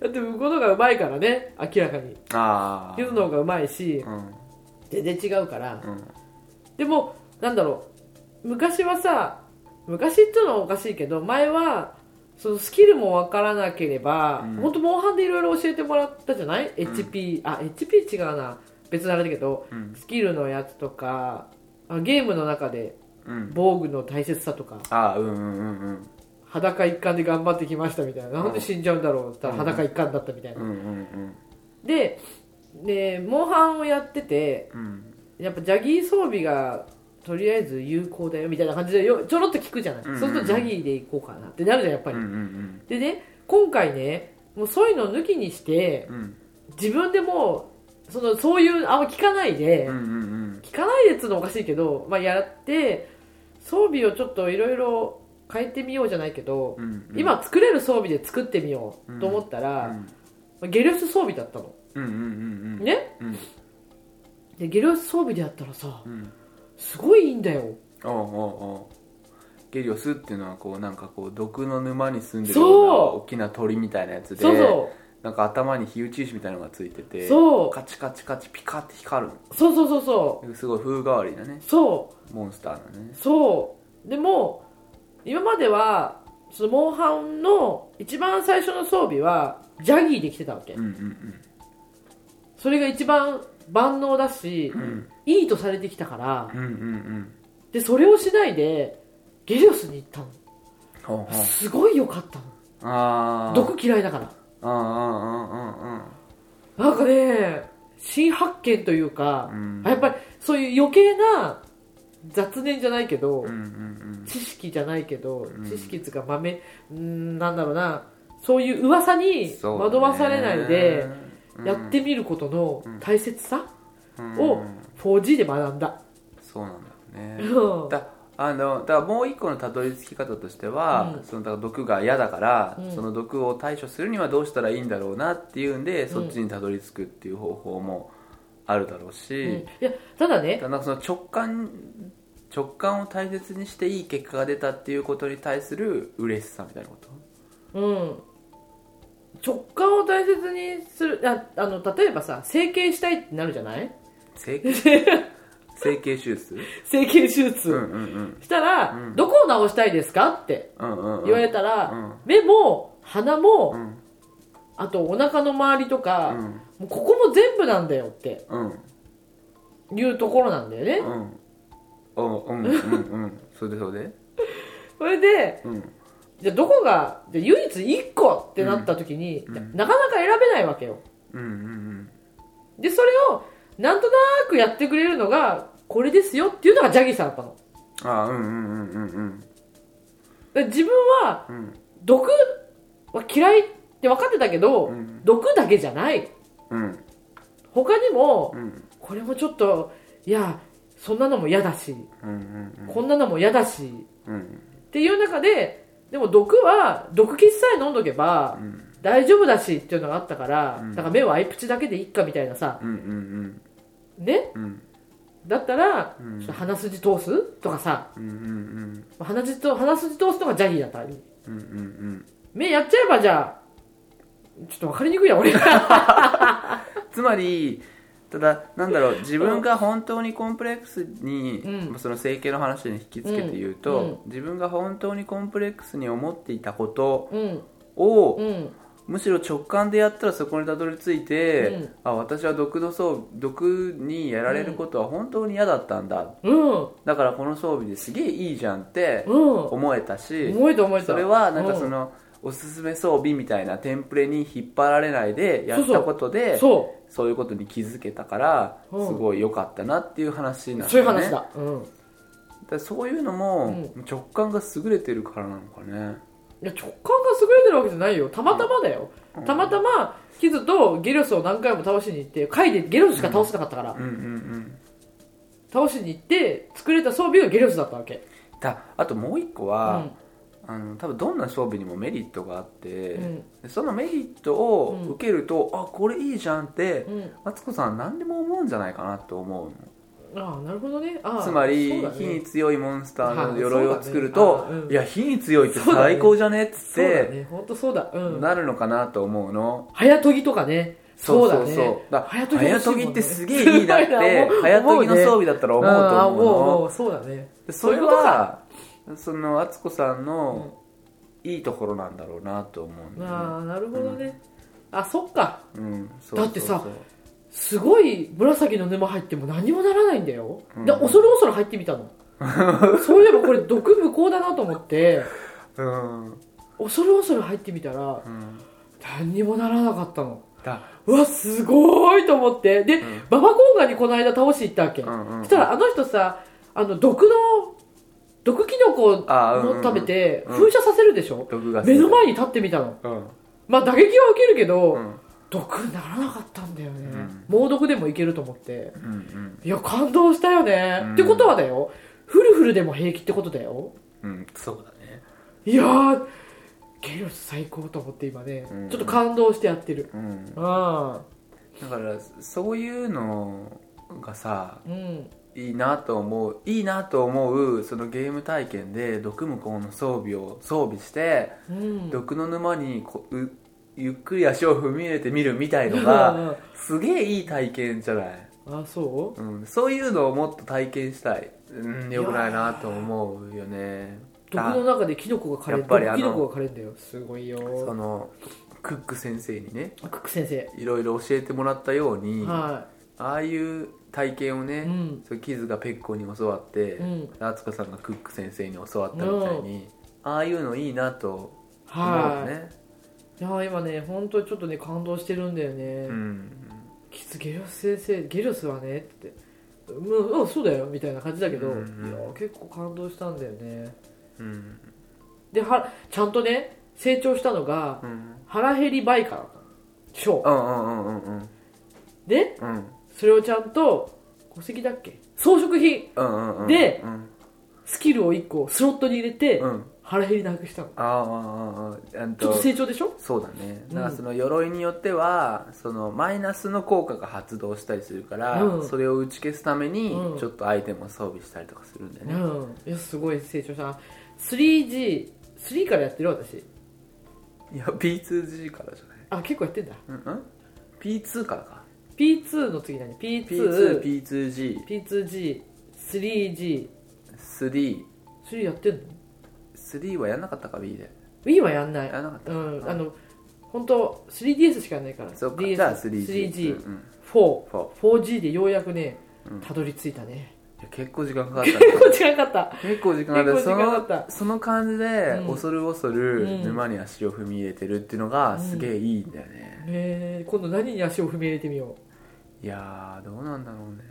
D: だって向こうの方がうまいからね明らかに
C: ああ
D: ゆずの方がうまいし
C: うん
D: 全然違うから、
C: うん
D: でもなんだろう昔はさ昔っていうのはおかしいけど前はそのスキルもわからなければ、
C: うん
D: 本当モンハンでいろいろ教えてもらったじゃない、HP あ HP 違うな別のあれだけど
C: うん
D: スキルのやつとかあゲームの中で
C: うん
D: 防具の大切さとか
C: ああうんうんうんうん
D: 裸一貫で頑張ってきましたみたいな、なんで死んじゃうんだろうって言ったら裸一貫だったみたいな、
C: うんうん
D: ででモンハンをやってて
C: うんうん
D: やっぱジャギー装備がとりあえず有効だよみたいな感じでよちょろっと聞くじゃない、
C: うんうん
D: そうするとジャギーで行こうかなってなるじゃんやっぱ
C: うん
D: り、
C: うん
D: でね今回ねもうそういうの抜きにして
C: うんうん
D: 自分でもうそのそういうあんま聞かないで、
C: うんうん
D: 聞かないでっつうのおかしいけど、まあ、やって装備をちょっといろいろ変えてみようじゃないけど
C: う、んうん
D: 今作れる装備で作ってみようと思った
C: う
D: ら、
C: ん
D: まあゲリオス装備だったの
C: うんうんうんうん
D: ね
C: うん
D: でゲリオス装備でやったらさ
C: うん
D: すごいいいんだよ
C: おうおうおうゲリオスっていうのはこうなんかこう毒の沼に住んでる
D: そう
C: ような大きな鳥みたいなやつで
D: そうそ
C: なんか頭に火打ち石みたいなのがついてて
D: そう
C: カチカチカチピカって光る
D: うそうそうそうそ
C: のすごい風変わりなね
D: うそ
C: モンスターなね
D: うそうでも今まではそのモンハンの一番最初の装備はジャギーで来てたわけ、
C: うんうん
D: それが一番万能だし、
C: ん
D: いいとされてきたから
C: うんうんうんうん
D: でそれをしないでゲリオスに行ったの
C: ほうほう
D: すごい良かったの
C: あー
D: 毒嫌いだから
C: あーあ
D: なんかね新発見というか
C: ーあーあー、うん
D: やっぱりそういう余計な雑念じゃないけど、
C: うんうん
D: 知識じゃないけど、
C: うん
D: 知識っつうか豆うんなんだろうなそういう噂
C: うん
D: に
C: そうね
D: 惑わされないで、
C: うん
D: やってみることの大切さ、
C: うん
D: を 4G で学んだ、
C: そうなんだ よね
D: うん
C: だあのだからもう一個のたどり着き方としては、
D: うん
C: そのだから毒が嫌だから、
D: うん
C: その毒を対処するにはどうしたらいいんだろうなっていうんで、そっちにたどり着くっていう方法もあるだろうし、
D: うんいやただ
C: だ
D: ね
C: からなんかその直感直感を大切にしていい結果が出たっていうことに対する嬉しさみたいなこと
D: うん、直感を大切にするああの例えばさ整形したいってなるじゃない
C: 整形 整形手術
D: 整形手術、
C: うんうんうん
D: したら、
C: うん
D: どこを直したいですかって
C: うんうんうん
D: 言われたら、
C: うん
D: 目も鼻も、
C: うん
D: あとお腹の周りと
C: う
D: か、も
C: ん
D: うここも全部なんだよって
C: うん
D: いうところなんだよね、
C: うんおうんうんうんそれでそれで
D: それで
C: うん
D: じゃあどこがじゃあ唯一1個ってなった時に、
C: うんうん
D: なかなか選べないわけよ
C: うんうん
D: でそれをなんとなくやってくれるのがこれですよっていうのがジャギーさんだったの
C: うんああうんうんうんうん
D: で自分は
C: うん
D: 毒は嫌いって分かってたけど、
C: うん
D: 毒だけじゃない
C: うん
D: 他にも
C: うんうん
D: これもちょっといやそんなのも嫌だし、
C: うん
D: こんなのも嫌だし
C: うんうん
D: っていう中ででも毒は毒キスさえ飲んどけば
C: うん
D: 大丈夫だしっていうのがあったから、
C: うん
D: だから目はアイプチだけでいっかみたいなさ
C: うんうん
D: ね
C: うんうん
D: だったら、
C: うん
D: ちょっと鼻筋通すとかさ
C: うんうん
D: 鼻筋と鼻筋通すとかジャギーだったり
C: うんうんうん
D: 目やっちゃえばじゃあちょっと分かりにくいや俺が
C: つまりただなんだろう自分が本当にコンプレックスに、
D: うん
C: その整形の話に引きつけて言うと、
D: うん
C: 自分が本当にコンプレックスに思っていたこと
D: うん
C: を、
D: うん
C: むしろ直感でやったらそこにたどり着いて、
D: うん
C: あ私は毒の装毒にやられることは本当に嫌だったんだ、
D: うん
C: だからこの装備ですげえいいじゃんって
D: うん
C: 思えたし、
D: 思えた思えた
C: それはなんか
D: うん
C: その、おすすめ装備みたいなテンプレに引っ張られないでやったことで
D: そ
C: そういうことに気づけたから、
D: うん
C: すごい良かったなっていう話なん
D: う
C: だよね
D: そういう話だ、うん、い
C: だからそういうのも
D: う
C: 直感が優れてるからなのかね
D: や直感が優れてるわけじゃないよたまたまだよ、
C: うん
D: たまたまキズとゲリオスを何回も倒しに行って回でゲリオスしか倒せなかったから、
C: うんうんうん
D: 倒しに行って作れた装備がゲリオスだったわけ
C: だあともう一個
D: う
C: は
D: ん、
C: あの多分どんな装備にもメリットがあって、
D: うん
C: でそのメリットを受けると、あこれいいじゃんって
D: うん
C: マツコさん何でも思うんじゃないかなと思うの
D: ああなるほどねああ
C: つまり、
D: そうだね
C: 火に強いモンスターの
D: はい
C: 鎧を作る
D: そ
C: と、
D: うだねあうん
C: いや火に強いって
D: そうだね
C: 最高じゃねっつっ
D: そうだ
C: て、
D: ね本当そうだうん
C: なるのかなと思うの
D: 早研ぎとかねそうだね
C: だ
D: 早
C: 早
D: 研ぎ欲しいもんね
C: 研ぎってすげえいいなっ
D: すごいな
C: て
D: 思う
C: 早研ぎの装備だったら思うと思う
D: ああもうも
C: の
D: うそうだね
C: でそれ
D: そういうこと
C: はその敦子さんのいいところなんだろうなと思うんだよ
D: あ
C: ね
D: あなるほどね、あそっか
C: うんそうそうそう
D: だってさすごい紫の沼入っても何もならないんだよ、
C: うん
D: で恐る恐る入ってみたのそういえばこれ毒無効だなと思って
C: うん
D: 恐る恐る入ってみたら
C: うん
D: 何にもならなかったの
C: だ
D: うわすごいと思ってで、
C: ん
D: ババコンガにこの間倒しに行ったわけ、
C: うんうん
D: そしたらあの人さあの毒の毒キノコ
C: あーうんうんうん
D: を食べて
C: うん
D: 噴射させるでしょ、
C: 毒ガス
D: 目の前に立ってみたの
C: うん
D: まあ打撃は受けるけど、
C: うん
D: 毒にならなかったんだよね、
C: うん
D: 猛毒でもいけると思って
C: うんうん
D: いや感動したよね、
C: うん
D: ってことはだよフルフルでも平気ってことだよ
C: うんそうだね
D: いやーゲロ最高と思って今ね、
C: うん
D: ちょっと感動してやってる
C: うん
D: うん
C: だからそういうのがさ
D: うん
C: いいなと思ういいなと思うそのゲーム体験で毒向こうの装備を装備して、
D: うん
C: 毒の沼にこうゆっくり足を踏み入れてみるみたいの
D: う
C: が
D: ん
C: すげえいい体験じゃない、
D: あそ
C: うん、そういうのをもっと体験したい、うん、よくないなと思うよね
D: う毒の中でキノコが枯れ
C: やっぱりあの
D: キノコが枯れんだよすごいよ
C: そのクック先生にね
D: クック先生
C: いろいろ教えてもらったように、
D: は
C: ああいう体験をね、
D: うん
C: そうキズがペッコに教わって、
D: うん
C: 敦子さんがクック先生に教わったみたいに、ああいうのいいなと
D: い
C: 思う
D: はい、
C: ね、
D: いやー今ね本当にちょっとね感動してるんだよね、
C: うん
D: キツゲリョス先生ゲリョスはねってうんうんそうだよみたいな感じだけど、
C: うんうん
D: いやー結構感動したんだよね
C: うん
D: ではちゃんとね成長したのが、
C: うん
D: 腹減りバイカーショ
C: う
D: ー
C: んうんうんうん
D: で
C: うんうん
D: それをちゃんと戸籍だっけ装飾品
C: うんうんうん
D: で
C: うん
D: スキルを1個スロットに入れて、
C: うん
D: 腹減りなくしたの
C: あああああああん
D: ちょっと成長でしょ
C: そうだね
D: うん
C: だからその鎧によってはそのマイナスの効果が発動したりするから、
D: うん
C: それを打ち消すために
D: うん
C: ちょっとアイテムを装備したりとかするんだよ
D: う
C: ね、
D: んいやすごい成長した 3G3 からやってる私
C: いや P2G からじゃない
D: あ結構やってんだ
C: うんうん P2 からか
D: P2 の次何 P2
C: P2P2G3
D: P2G、3G、3やってんの
C: 3はやんなかったか B で
D: ?Wii はやんない。
C: やんなかった
D: うん、あの、本当 3DS しかやんないから。
C: そうか
D: DS
C: じゃあ 3G, う
D: 3G、
C: ん、
D: 4、
C: 4
D: 4G でようやくね
C: うん、
D: たどり着いたね。
C: いや結構時間かかったね
D: 結構違かった。
C: 結構時間かかっ
D: 結構時間かか
C: た
D: っ
C: そのその感じで、
D: うん
C: 恐る恐る沼に足を踏み入れてるっていうのが
D: うん
C: すげえいいんだよね、
D: えー、今度何に足を踏み入れてみよ
C: いやーどうなんだろうね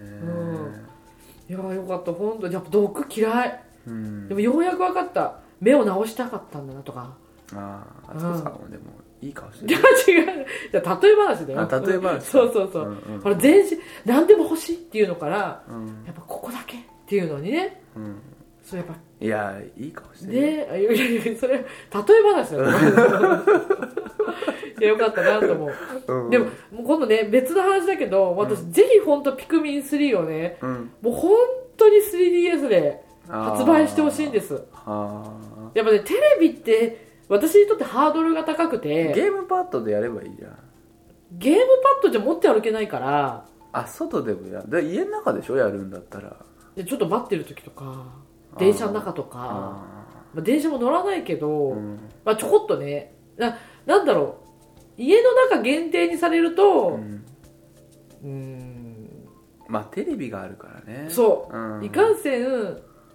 D: う。いやーよかった、本当やっぱ毒嫌い。
C: うん、
D: でもようやく分かった。目を直したかったんだなとか。
C: あああつこさんもでもいい顔して
D: いや
C: る、
D: 違う。じゃあ例え話だよ。
C: あ例え話
D: そうそうそうう。
C: んうん
D: ほら、全身、何でも欲しいっていうのから、
C: うん
D: やっぱここだけっていうのにね
C: うん
D: そうやっぱ
C: いやーいい顔してるよ
D: ねあいやいやいやそれ例え話 だねいやよかったなと思う、
C: うん
D: でももう今度ね別の話だけど私、ぜひ本当ピクミン3をね
C: うん
D: もう本当に 3DS で
C: あー
D: 発売してほしいんです
C: は
D: やっぱねテレビって私にとってハードルが高く
C: あ
D: て
C: ゲームパッドでやればいいじゃん
D: ゲームパッドじゃ持って歩けないから
C: あ外でもやで家の中でしょやるんだったら
D: でちょっと待ってる時とか電車の中とかまあ、電車も乗らないけど、
C: ーうん
D: まあ、ちょこっとねななんだろう家の中限定にされる
C: う
D: と
C: ん
D: うーん
C: まあテレビがあるからね、
D: そう
C: ん、
D: いかんせん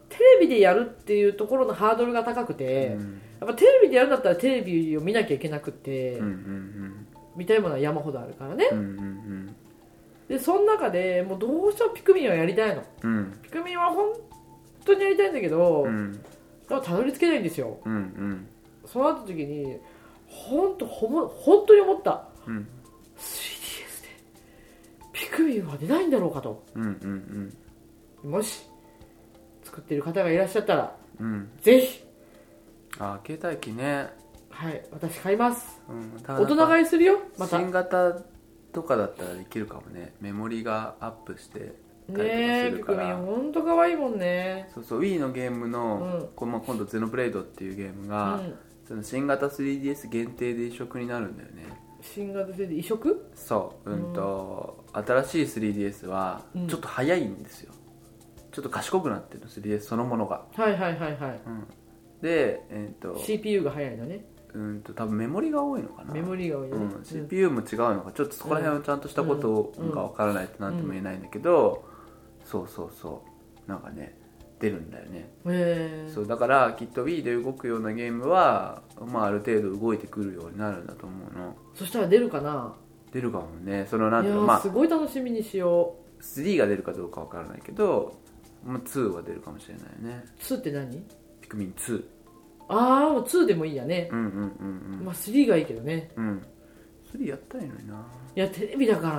D: テレビでやるっていうところのハードルが高くて、
C: うん
D: やっぱテレビでやるんだったらテレビを見なきゃいけなくて、
C: うんうん
D: 見たいものは山ほどあるからね
C: うんうんうん
D: でその中でもうどうしてもピクミンはやりたいの
C: うん
D: ピクミンは本当にやりたいんだけど、
C: う
D: で
C: ん
D: もたどり着けないんですよ
C: うんうん
D: そうなった時に本当ほぼ本当に思った
C: うん
D: 3DS でピクミンは出ないんだろうかと
C: うんうん
D: もし作ってる方がいらっしゃったら
C: うんうん
D: ぜひ、
C: あ携帯機ね、
D: はい、私買います
C: うん、
D: 大人買
C: い
D: いするよまたね
C: 新型とかだったらできるかもねメモリがアップしてたりとかす
D: えピ
C: るか
D: クミン
C: ら
D: ほんと可愛いもんね
C: そうそう Wii のゲーム
D: う
C: の
D: ん、
C: この今度「ゼノブレイド」っていうゲーム
D: う
C: が、
D: ん
C: その新型 3DS 限定で移植になるんだよね
D: 新型製で移植
C: そううんと、新しい 3DS は
D: うん
C: ちょっと早いんですよ、ちょっと賢くなってるの 3DS そのものが、
D: はいはいはいはい
C: うん、でえっ、と
D: CPU が早いのね
C: うんと多分メモリが多いのかな
D: メモリが多いよ
C: う
D: ね、
C: ん、CPU も違うのかちょっとそこら辺をちゃんとしたことがわからないとなんとも言えないんだけど、そうそうそうなんかねってるんだよね
D: えー
C: そうだからきっと Wii で動くようなゲームは、まあ、ある程度動いてくるようになるんだと思うの
D: そしたら出るかな
C: 出るかもねそのなん
D: い
C: てい
D: や
C: うの
D: ー、
C: まあ
D: すごい楽しみにしよ
C: 3が出るかどうかわからないけど、まあ、2は出るかもしれないよね
D: う2って何
C: ピクミン2
D: ああもう2でもいいやね、
C: うんうんうん
D: まあ3がいいけどね
C: うんうん3やったらいいのにない
D: やテレビだか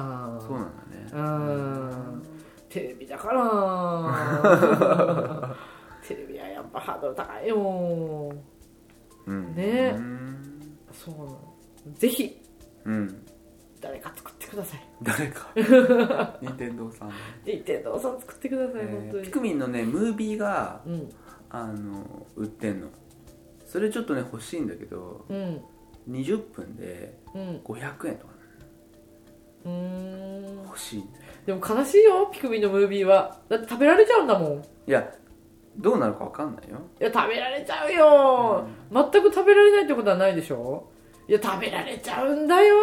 D: ら
C: そうなんだね
D: うーんテレビだから テレビはやっぱハードル高いよ
C: うん
D: ね
C: うん
D: そうなのぜひ
C: うん
D: 誰か作ってください
C: 誰 か任天堂さん、
D: 任天堂さん作ってください、
C: え
D: 本当
C: ー、
D: に
C: ピクミンのねムービーが
D: うん
C: あの売ってんのそれちょっとね欲しいんだけど
D: うん
C: 20分で
D: うん
C: 500円とか
D: うーん
C: 欲しいんだよ
D: でも悲しいよピクミンのムービーはだって食べられちゃうんだもんい
C: いやどうなるかわかんないよ
D: や食べられちゃうよ、全く食べられないってことはないでしょいや食べられちゃうんだよ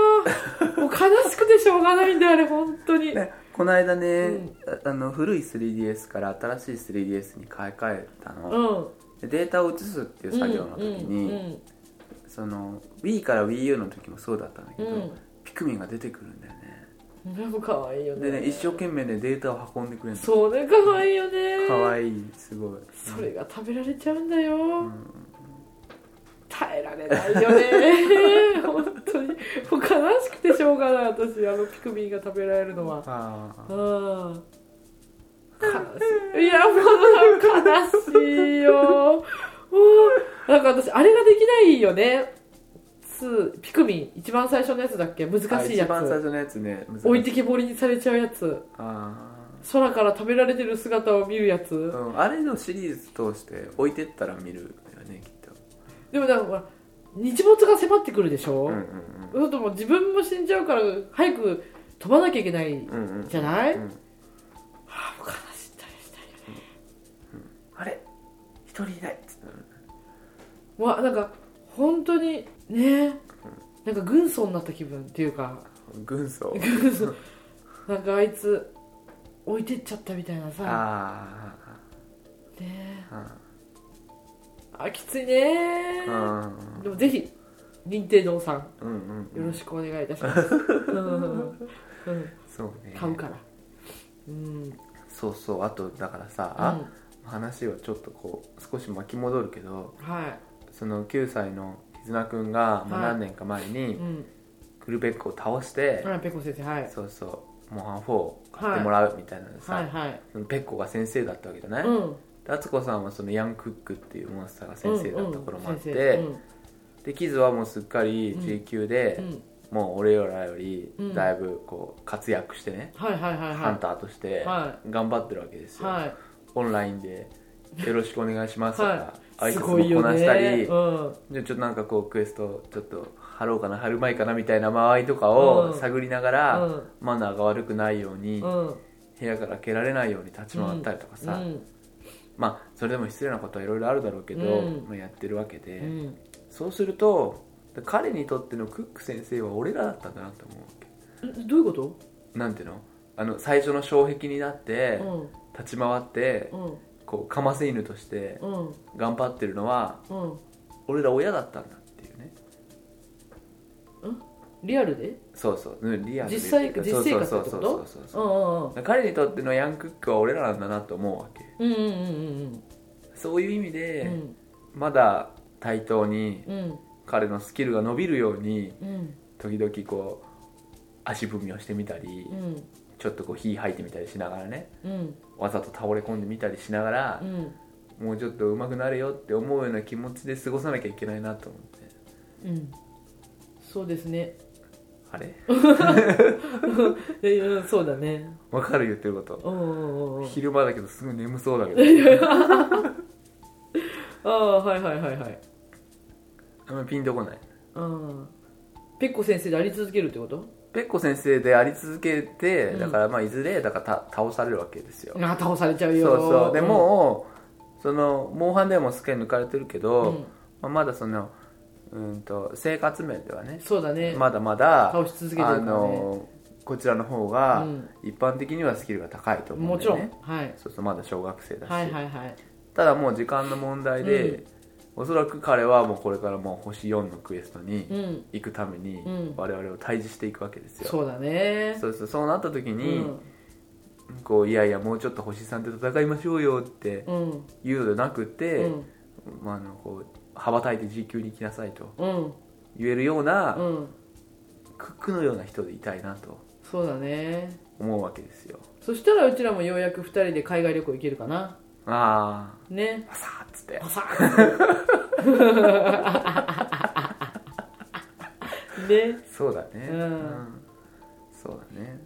D: もう悲しくてしょうがないんだよあれ本当に
C: ねこの間ね、
D: うん
C: ああの古い 3DS から新しい 3DS に買い替えた
D: う
C: の、
D: ん
C: でデータを移すっていう作業の時に、
D: うんうん
C: その Wii から WiiU の時もそうだったんだけど、
D: うん
C: ピクミンが出てくるんだよね
D: うん、でも可愛いよね
C: でね一生懸命ねデータを運んでくれるの
D: そうね可愛いよね
C: かわいいすごい
D: それが食べられちゃうんだよ、
C: ん
D: 耐えられない よね本当にもう悲しくてしょうがない私あのピクミンが食べられるのは
C: あ
D: う
C: ー
D: ん悲しいいやもう悲しいよもうなんか私あれができないよね2ピクミン一番最初のやつだっけ難しいや
C: あ一番最
D: つ
C: 初のやつね難しい
D: 置いてけぼりにされちゃうやつ
C: あ
D: 空から食べられてる姿を見るやつ、
C: ー、うん、あれのシリーズ通して置いてったら見るよねきっと
D: でもなんかほら日没が迫ってくるでしょ、
C: うんうん
D: そうするともう自分も死んじゃうから早く飛ばなきゃいけない
C: うんうんうん
D: じゃない、
C: うん
D: ああもう悲しい大変だよね
C: あれ一人いないっつって
D: うわなんか本当にねなんか軍曹になった気分っていうか
C: 軍曹
D: 軍曹なんかあいつ置いてっちゃったみたいなさ
C: あ
D: ね
C: あ
D: あきついね
C: あ
D: でもぜひ認定堂さん
C: うんうん
D: よろしくお願いいた します、うんうん、
C: そうね
D: 買うからうん
C: そうそうあとだからさ、話はちょっとこう少し巻き戻るけど
D: は
C: その9歳の絆くんが、まあ、
D: はい
C: 何年か前
D: い、う
C: に
D: ん、
C: クルベックを倒して、
D: あらペコ先生はい
C: そうそうモンハン4を買ってもらうみたいなのでさ、
D: はいはい
C: そのペッコが先生だったわけじゃない、
D: う
C: で
D: ん
C: 敦子さんはそのヤンクックっていうモンスターが先生だった頃もあって、
D: うんうん先
C: でキズはもうすっかり G 級で、
D: 生うんうん
C: もう俺らより
D: うん
C: だいぶこう活躍してね、
D: はいはいはい
C: ハン
D: は
C: ターとして
D: は
C: 頑張ってるわけです
D: い
C: よ、
D: はい
C: オンラインで「よろしくお願いします」とか
D: は
C: 挨
D: いす
C: 拶
D: ごい
C: も
D: よ
C: こなしたり、
D: ねうん
C: でちょっとなんかこうクエストちょっと貼ろうかな貼るまいかなみたいな間合いとか
D: う
C: を
D: ん
C: 探りながら、
D: うん
C: マナーが悪くないように、
D: うん
C: 部屋から蹴られないように立ち回ったりとかさ、
D: うん
C: まあそれでも失礼なことはいろいろあるだろうけど、
D: うん
C: まあ、やってるわけで、
D: うん
C: そうすると彼にとってのクック先生は俺らだったんだなと思うわけ。
D: どういうこと
C: なんていうのあの最初の障壁になって、
D: うん
C: 立ち回って、
D: うん
C: こうかませ犬として
D: うん
C: 頑張ってるのは
D: うん
C: 俺ら親だったんだっていうね
D: リアルで
C: そうそううんリアルで
D: 実際
C: そう
D: 実生活っ
C: そうそ
D: てこと
C: うそうそう
D: う
C: そうん
D: うん
C: 彼にとってのヤンクックは俺らなんだなと思うわけ
D: うんうんうんうん
C: そういう意味で、
D: うん
C: まだ対等に
D: うん
C: 彼のスキルが伸びるように
D: うん
C: 時々こう足踏みをしてみたり、
D: うん
C: ちょっとこう火吐いてみたりしながらね
D: うん
C: わざと倒れ込んでみたりしながら、
D: うん
C: もうちょっと上手くなれよって思うような気持ちで過ごさなきゃいけないなと思って
D: うんそうですね
C: あれ
D: えうんそうだね
C: わかる言ってること
D: うんうんうんうん
C: 昼間だけどすごい眠そうだけ ど
D: ああはいはいはいはい
C: あんまりピンとこない
D: うんペッコ先生であり続けるってこと
C: ペッコ先生であり続けて
D: うん
C: だからまあいずれだからた倒されるわけですよ、
D: あ倒されちゃうよ
C: そうそうで、もうそのモンハンでもすっかり抜かれてるけ
D: うん
C: ど、
D: うん
C: まあ、まだそのうんと生活面ではね
D: そうだね、
C: まだまだ
D: 倒し続けてるからね
C: あのこちらの方
D: う
C: が
D: ん
C: 一般的にはスキルが高いと思う
D: も
C: ん
D: ち
C: だよ
D: ろ
C: ね、
D: ん、はい、
C: そうそうまだ小学生だし、
D: はいはいはい
C: ただもう時間の問題で、おそらく彼はもうこれからもう星4のクエストに
D: うん
C: 行くために
D: うん
C: 我々を対峙していくわけですよ、
D: そうだね
C: そうそうそうなった時
D: う
C: に、
D: ん
C: こういやいやもうちょっと星さんと戦いましょうよって
D: うん
C: 言うのでなくて、
D: うん
C: まあ、あのこう羽ばたいて G 級に行きなさいと
D: うん
C: 言えるような、
D: うん
C: クックのような人でいたいなと
D: そうだね
C: 思うわけですよ
D: そしたらうちらもようやく2人で海外旅行行けるかな
C: あ
D: ね
C: あさあっつって
D: パサ ッで
C: そうだね
D: うん
C: そうだね、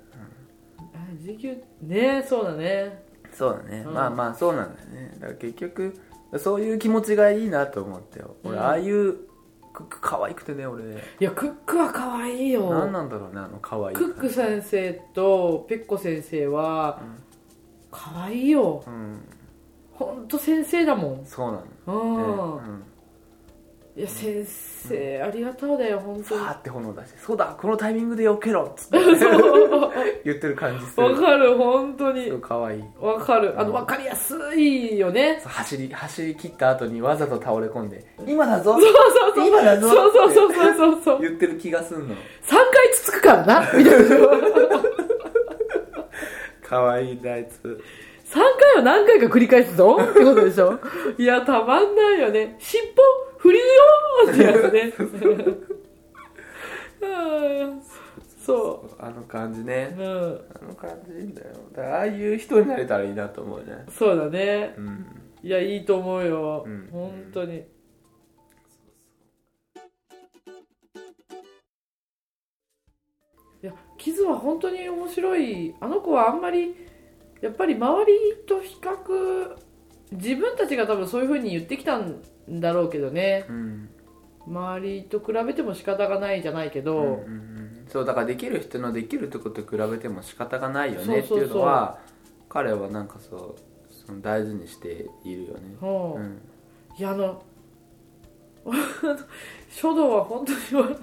D: あ時給ねそうだね
C: うんそうだね、
D: うん
C: まあまあそうなんだよねだから結局そういう気持ちがいいなと思ってよ俺、
D: うん
C: ああいうクック可愛くてね俺
D: いやクックは可愛いよ
C: 何なんだろうねあの可愛い
D: クック先生とペッコ先生は
C: うん
D: 可愛いよ
C: うん
D: ほんと先生だもん
C: そうなの
D: うん、
C: でうん
D: いや先生、ありがとうだよ本
C: さ
D: 当に
C: あって炎を出して「そうだこのタイミングでよけろ」っつって 言ってる感じす
D: わ
C: る
D: かる本当
C: す
D: に
C: ごい可愛い
D: わかるあの
C: うん
D: わかりやすいよね
C: 走り走り切った後にわざと倒れ込んで「今だぞ
D: そうそうそう
C: 今だぞ!」
D: そうそうそうそうそうそう
C: 言ってる気がすんの
D: 3回つつくからなみたいな3
C: 可愛いなあいつ
D: 回は何回か繰り返すぞってことでし ょいやたまんないよね尻尾振りよーってやつ ね うんそ
C: あの感じ
D: う、
C: ね
D: うん、
C: あの感じいいんだよだからああいう人になれたらいいなと思うね
D: そうだね
C: うん
D: いやいいと思うよ、
C: うん
D: 本当にいやキズは本当に面白いあの子はあんまりやっぱり周りと比較自分たちが多分そういうふうに言ってきたんだろうけどね
C: うん
D: 周りと比べても仕方がないじゃないけど、
C: うんうんうんそうだからできる人のできるとこと比べても仕方がないよねって
D: そうそうそう
C: いうのは彼はなんかそうその大事にしているよね
D: うん
C: うん
D: いやあの 書道は本当に笑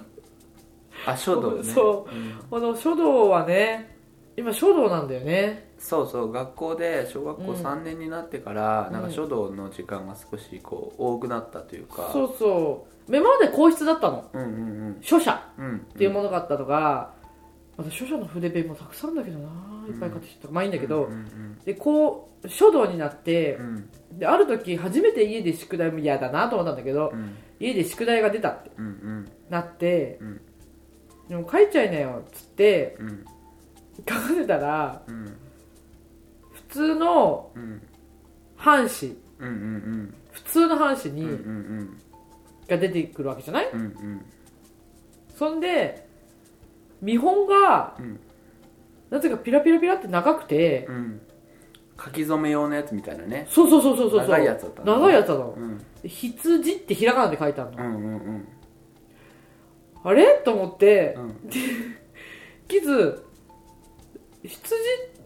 C: あ書道ね
D: そ
C: うん
D: うあの書道はね今書道なんだよね
C: そうそう学校で小学校
D: うん
C: 3年になってから、
D: うん
C: なんか書道の時間が少しこう多くなったというか
D: そうそう今まで皇室だったの
C: うんうん
D: 書写
C: うんうん
D: っていうものがあったのが、また書写の筆ペンもたくさんだけどないっぱい買ってきたまあいいんだけど、
C: うんうん
D: でこう書道になって
C: うんうん
D: である時初めて家で宿題も嫌だなと思ったんだけど
C: うん
D: 家で宿題が出たって
C: うんうん
D: なって、
C: うん
D: でも書いちゃいなよっつって
C: うん
D: 書かせたら
C: うん
D: 普通の
C: うん
D: 半紙
C: うんうんうん
D: 普通の半紙に、
C: うんうん
D: が出てくるわけじゃない
C: うんうん
D: そんで見本が、
C: うん
D: なぜかピラピラピラって長くて、
C: うん書き初め用のやつみたいなね
D: そうそうそうそうそう
C: 長いやつだったの
D: 長いやつだの
C: うん
D: 羊ってひらがなで書いてあるの、
C: うんうんうん
D: あれと思って
C: うん
D: キズ羊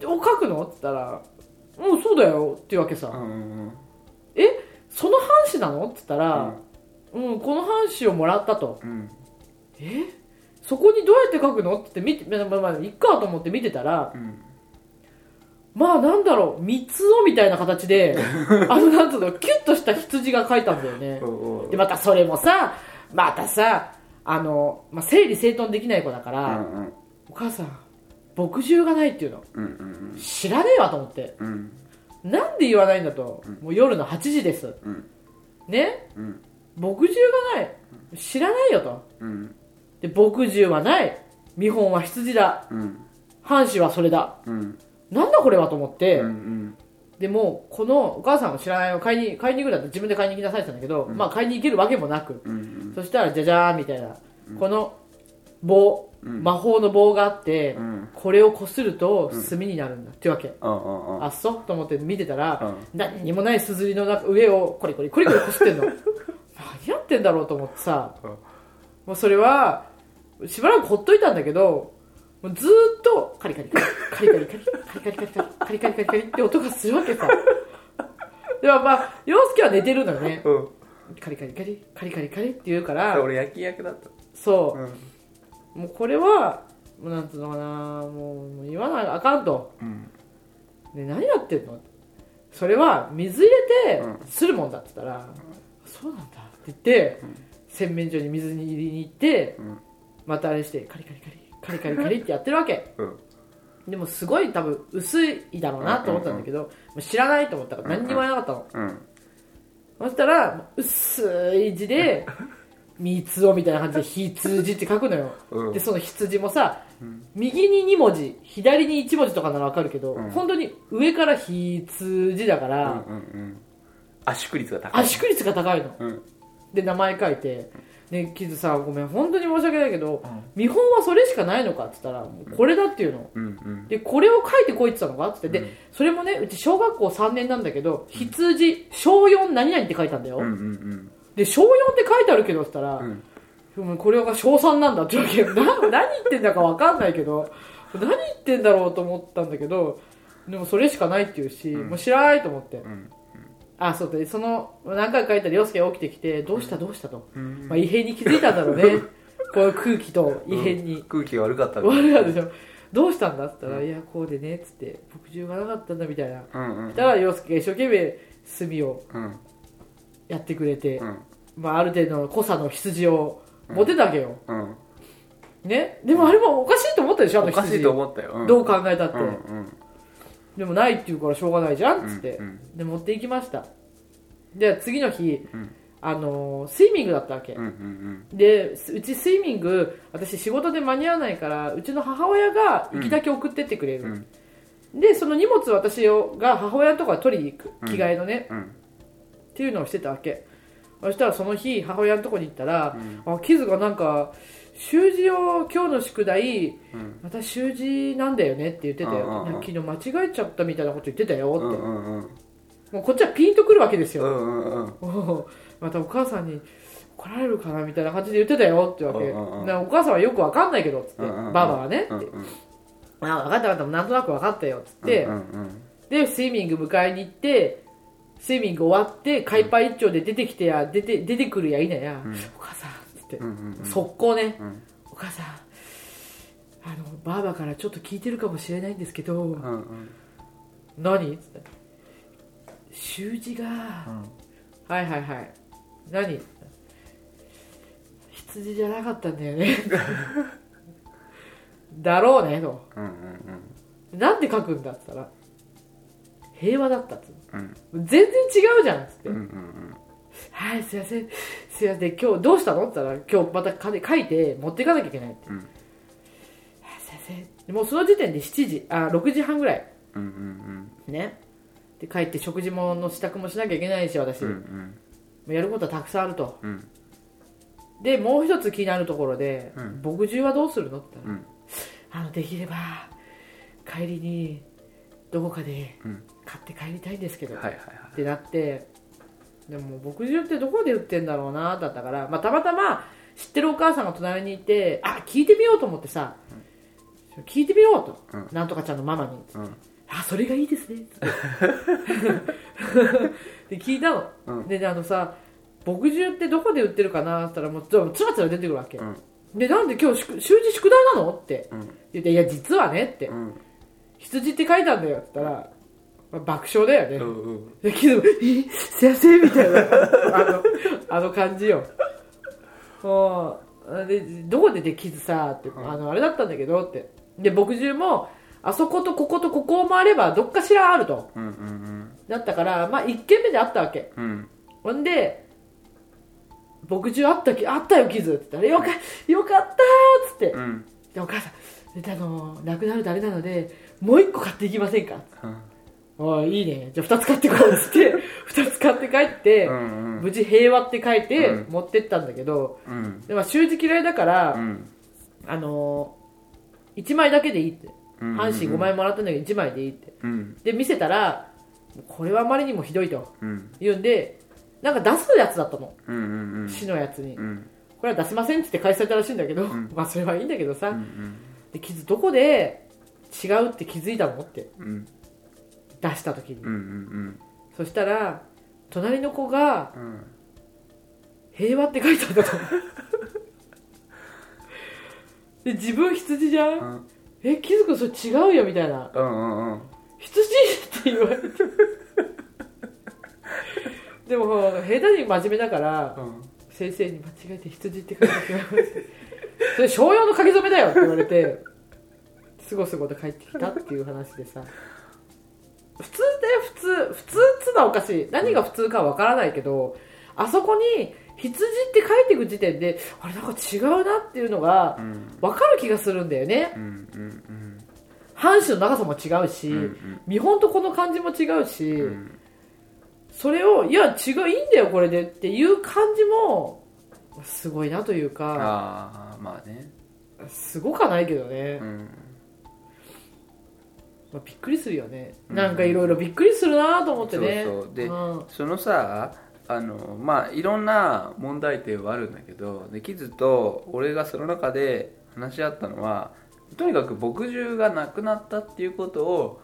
D: を書くのって言ったら「うんそうだよ」っていうわけさ、
C: うんうんうん
D: その半紙なのって言ったら、うん、この半紙をもらったと
C: うん
D: えそこにどうやって書くのって言って見て、まあまあまあ、いっかと思って見てたら、
C: うん
D: まあなんだろう、三つをみたいな 形で、あのなんつうの、キュッとした羊が描いたんだよね
C: お。うおう
D: で、またそれもさ、またさ、あの、まあ、整理整頓できない子だか
C: う
D: ら、
C: んうん
D: お母さん、墨汁がないっていうの。
C: うんうん
D: 知らねえわと思って。
C: うんうん
D: なんで言わないんだと。もう夜の8時です。
C: うん
D: ね
C: うん
D: 墨汁がない。知らないよと。
C: うん
D: で、墨汁はない。見本は羊だ。
C: うん
D: 半紙はそれだ。
C: うん
D: なんだこれはと思って、
C: うん
D: でも、このお母さんも知らないよ。買いに、買いに行くだって自分で買いに行きなさいって言ったんだけど、まあ買いに行けるわけもなく。
C: うん
D: そしたら、じゃじゃーんみたいな。この棒、魔法の棒があって、
C: ん
D: これをこすると炭になるんだってわけ。
C: うんうんうん
D: あっそうと思って見てたら、
C: う
D: 何にもないすずりの中上をコリコリコリコリこすってん の。何やってんだろうと思ってさ
C: うん、
D: もうそれは、しばらくほっといたんだけど、もうずーっとカリカリカリカリカリカリカリカリカリカリカリカリカリカリって音がするわけさ。でもまあ、洋介は寝てるのよね。
C: うん
D: カリカリカリカリカリカリって言うか
C: あ
D: ら、
C: 俺焼き役だった
D: そうう、もうこれは、もうなんつうのかな、もうもう言わなあかんと。
C: ん
D: ね、何やってんのそれは水入れて
C: うん
D: するもんだって言ったら、そうなんだって言って、洗面所に水に入れに行って、
C: うん
D: またあれしてカリカリカリカリカリカリってやってるわけ
C: うん
D: でもすごい多分薄いだろうなと思ったんだけど、もう知らないと思ったから何にも言わなかったの、
C: うん
D: そしたら薄い字で「三つお」みたいな感じで「羊」って書くのよ、
C: うん
D: でその羊もさ、右に2文字左に1文字とかならわかるけど、
C: ん
D: 本当に上から「羊」だか
C: う
D: ら、
C: んうんうん圧縮率が高い
D: 圧縮率が高いの
C: うん
D: で名前書いて「ねキズさごめん本当に申し訳ないけど、見本はそれしかないのか?」って言ったら「もうこれだ」っていうの、
C: うんうん
D: でこれを書いてこいって言ったのかって言って、でそれもねうち小学校3年なんだけど羊小4何々って書いたんだよ、
C: うんうん
D: で小4って書いてあるけどって言ったら、
C: ん
D: でもこれが小3なんだって言うわけ よな何言ってんだか分かんないけど何言ってんだろうと思ったんだけどでもそれしかないって言うし、もう知らないと思って、
C: ん
D: あそうだでその何回か書いたら陽介が起きてきてどうしたどうしたと、
C: うん
D: まあ、異変に気づいたんだろうねこういう空気と異変に、
C: 空気が悪かった
D: 悪かったで
C: し
D: しょどうしたんだって言ったら、いやこうでねっつって僕中がなかったんだみたいな、
C: うんうん
D: だから陽介が一生懸命炭を
C: うん
D: やってくれて、
C: うん
D: まあ、ある程度の濃さの羊を持てたわけよ、
C: うん
D: ねでもあれもおかしいと思ったでしょあの
C: おかし
D: 羊
C: いと思ったようん
D: どう考えたって、
C: うんうん
D: でもないって言うからしょうがないじゃんっつって、
C: うん
D: で持って行きましたで次の日、
C: ん
D: あのースイミングだったわけ、
C: うんうん
D: ですうちスイミング私仕事で間に合わないからうちの母親が行きだけ送ってってくれる、でその荷物私をが母親のとか取りに行く着替えのね、
C: うんうん
D: っていうのをしてたわけそしたらその日母親のとこに行ったら、あキズがなんか習字を今日の宿題、
C: ん
D: また習字なんだよねって言ってた
C: うんうん
D: よ、
C: うん
D: なんか昨日間違えちゃったみたいなこと言ってたよって、
C: うん
D: も
C: うんうん
D: うこっちはピンとくるわけです
C: うん
D: よ、
C: うんうん
D: おうまたお母さんに怒られるかなみたいな感じで言ってたよってわけ、
C: うんうんうん
D: なんかお母さんはよくわかんないけどっつって、
C: うんうんうん
D: ババはねって、
C: うんうん
D: あ分かった分かったなんとなく分かったよっつって、
C: うんうん
D: でスイミング迎えに行ってスイミング終わって海パン一丁で出てきてや出て出てくるやいなや、お母さんっつって、
C: うんうんうん
D: 速攻ね、
C: ん
D: お母さんあのばあばからちょっと聞いてるかもしれないんですけど、
C: うんうん
D: 何っつって習字が、はいはいはい何羊じゃなかったんだよね だろうねと。
C: うんうん
D: なんで書くんだっつったら平和だったっつう
C: うん
D: 全然違うじゃんっつって、
C: うんうんうん
D: はいすいませんすいません今日どうしたのっつったら今日またか書いて持っていかなきゃいけないって、
C: うん
D: はいすいませんでもうその時点で7時あ6時半ぐらい
C: うんうん
D: ねで帰って食事もの支度もしなきゃいけないし私、
C: うんうん
D: もうやることはたくさんあると
C: うんうん
D: でもう一つ気になるところで、
C: うん
D: 牧汁はどうするのって言った
C: う
D: ら、
C: ん
D: あのできれば帰りにどこかで
C: うん
D: 買って帰りたいんですけど、
C: はいはいはい
D: ってなってでも牧汁ってどこで売ってんだろうなだったから、まあ、たまたま知ってるお母さんが隣にいてあ聞いてみようと思ってさ、聞いてみようと、
C: うん
D: なんとかちゃんのママに、
C: うん
D: あそれがいいですね で聞いたの、
C: うん
D: でであのさ牧汁ってどこで売ってるかなって言ったらもうつらつらつら出てくるわけ、
C: うん
D: でなんで今日宿習字宿題なのって
C: うん
D: 言って「いや実はね」って、
C: うん
D: 羊って書いたんだよ」って言ったら、まあ爆笑だよね、
C: うんうん
D: でけど、え、すいませんみたいな、 あの、あの感じよ。もう、で、どこでできずさ、って、あの、あれだったんだけど、って。で、牧汁も、あそことこことここもあれば、どっかしらあると。
C: うんうん
D: だったから、まあ、一軒目であったわけ。
C: うんうん
D: ほんで、牧汁あったき、あったよ、キズって言ったら、よか、よかったーっつって。
C: うん
D: で、お母さん、であの、亡くなるとあれなので、もう一個買っていきませんかおいいいねじゃあ2つ買ってこうっつって2つ買って帰って、
C: うん
D: 無事平和って書いて
C: うん
D: 持ってったんだけど、
C: うん
D: でも習字嫌いだから、
C: うん
D: あのー、1枚だけでいいって、
C: うん
D: 半紙5枚もらったんだけど1枚でいいって
C: うん
D: で見せたらこれはあまりにもひどいと
C: うん
D: 言うんでなんか出すやつだったの
C: うんうん
D: 市のやつに、
C: うん
D: これは出せませんっつって返されたらしいんだけど、
C: ん
D: まあそれはいいんだけどさ、
C: うん
D: で傷どこで違うって気づいたのって
C: うん
D: 出した時に、
C: うんうん
D: そしたら隣の子が
C: うん
D: 平和って書いてあったと思うで自分羊じゃん、
C: うん
D: え気づくんそれ違うよみたいな
C: うんうんうん
D: 羊って言われてでもほら下手に真面目だから
C: うん
D: 先生に間違えて羊って書いてきましたそれ商用の書き初めだよって言われてすごすごと帰ってきたっていう話でさ普通で普通普通っつうのはおかしい何が普通かわからないけどあそこに羊って書いていく時点であれなんか違うなっていうのが
C: うん
D: わかる気がするんだよね
C: うんうん
D: 半紙の長さも違うし、
C: うんうん
D: 見本とこの感じも違うし、
C: うん
D: それをいや違ういいんだよこれでっていう感じもすごいなというか
C: ああまあね
D: すごかないけどね、
C: うん
D: まあ、びっくりするよね、
C: うん
D: なんかいろいろびっくりするなと思ってね
C: そうそうで
D: ん
C: そのさあのまあいろんな問題点はあるんだけどでキズと俺がその中で話し合ったのはとにかく墨汁がなくなったっていうことを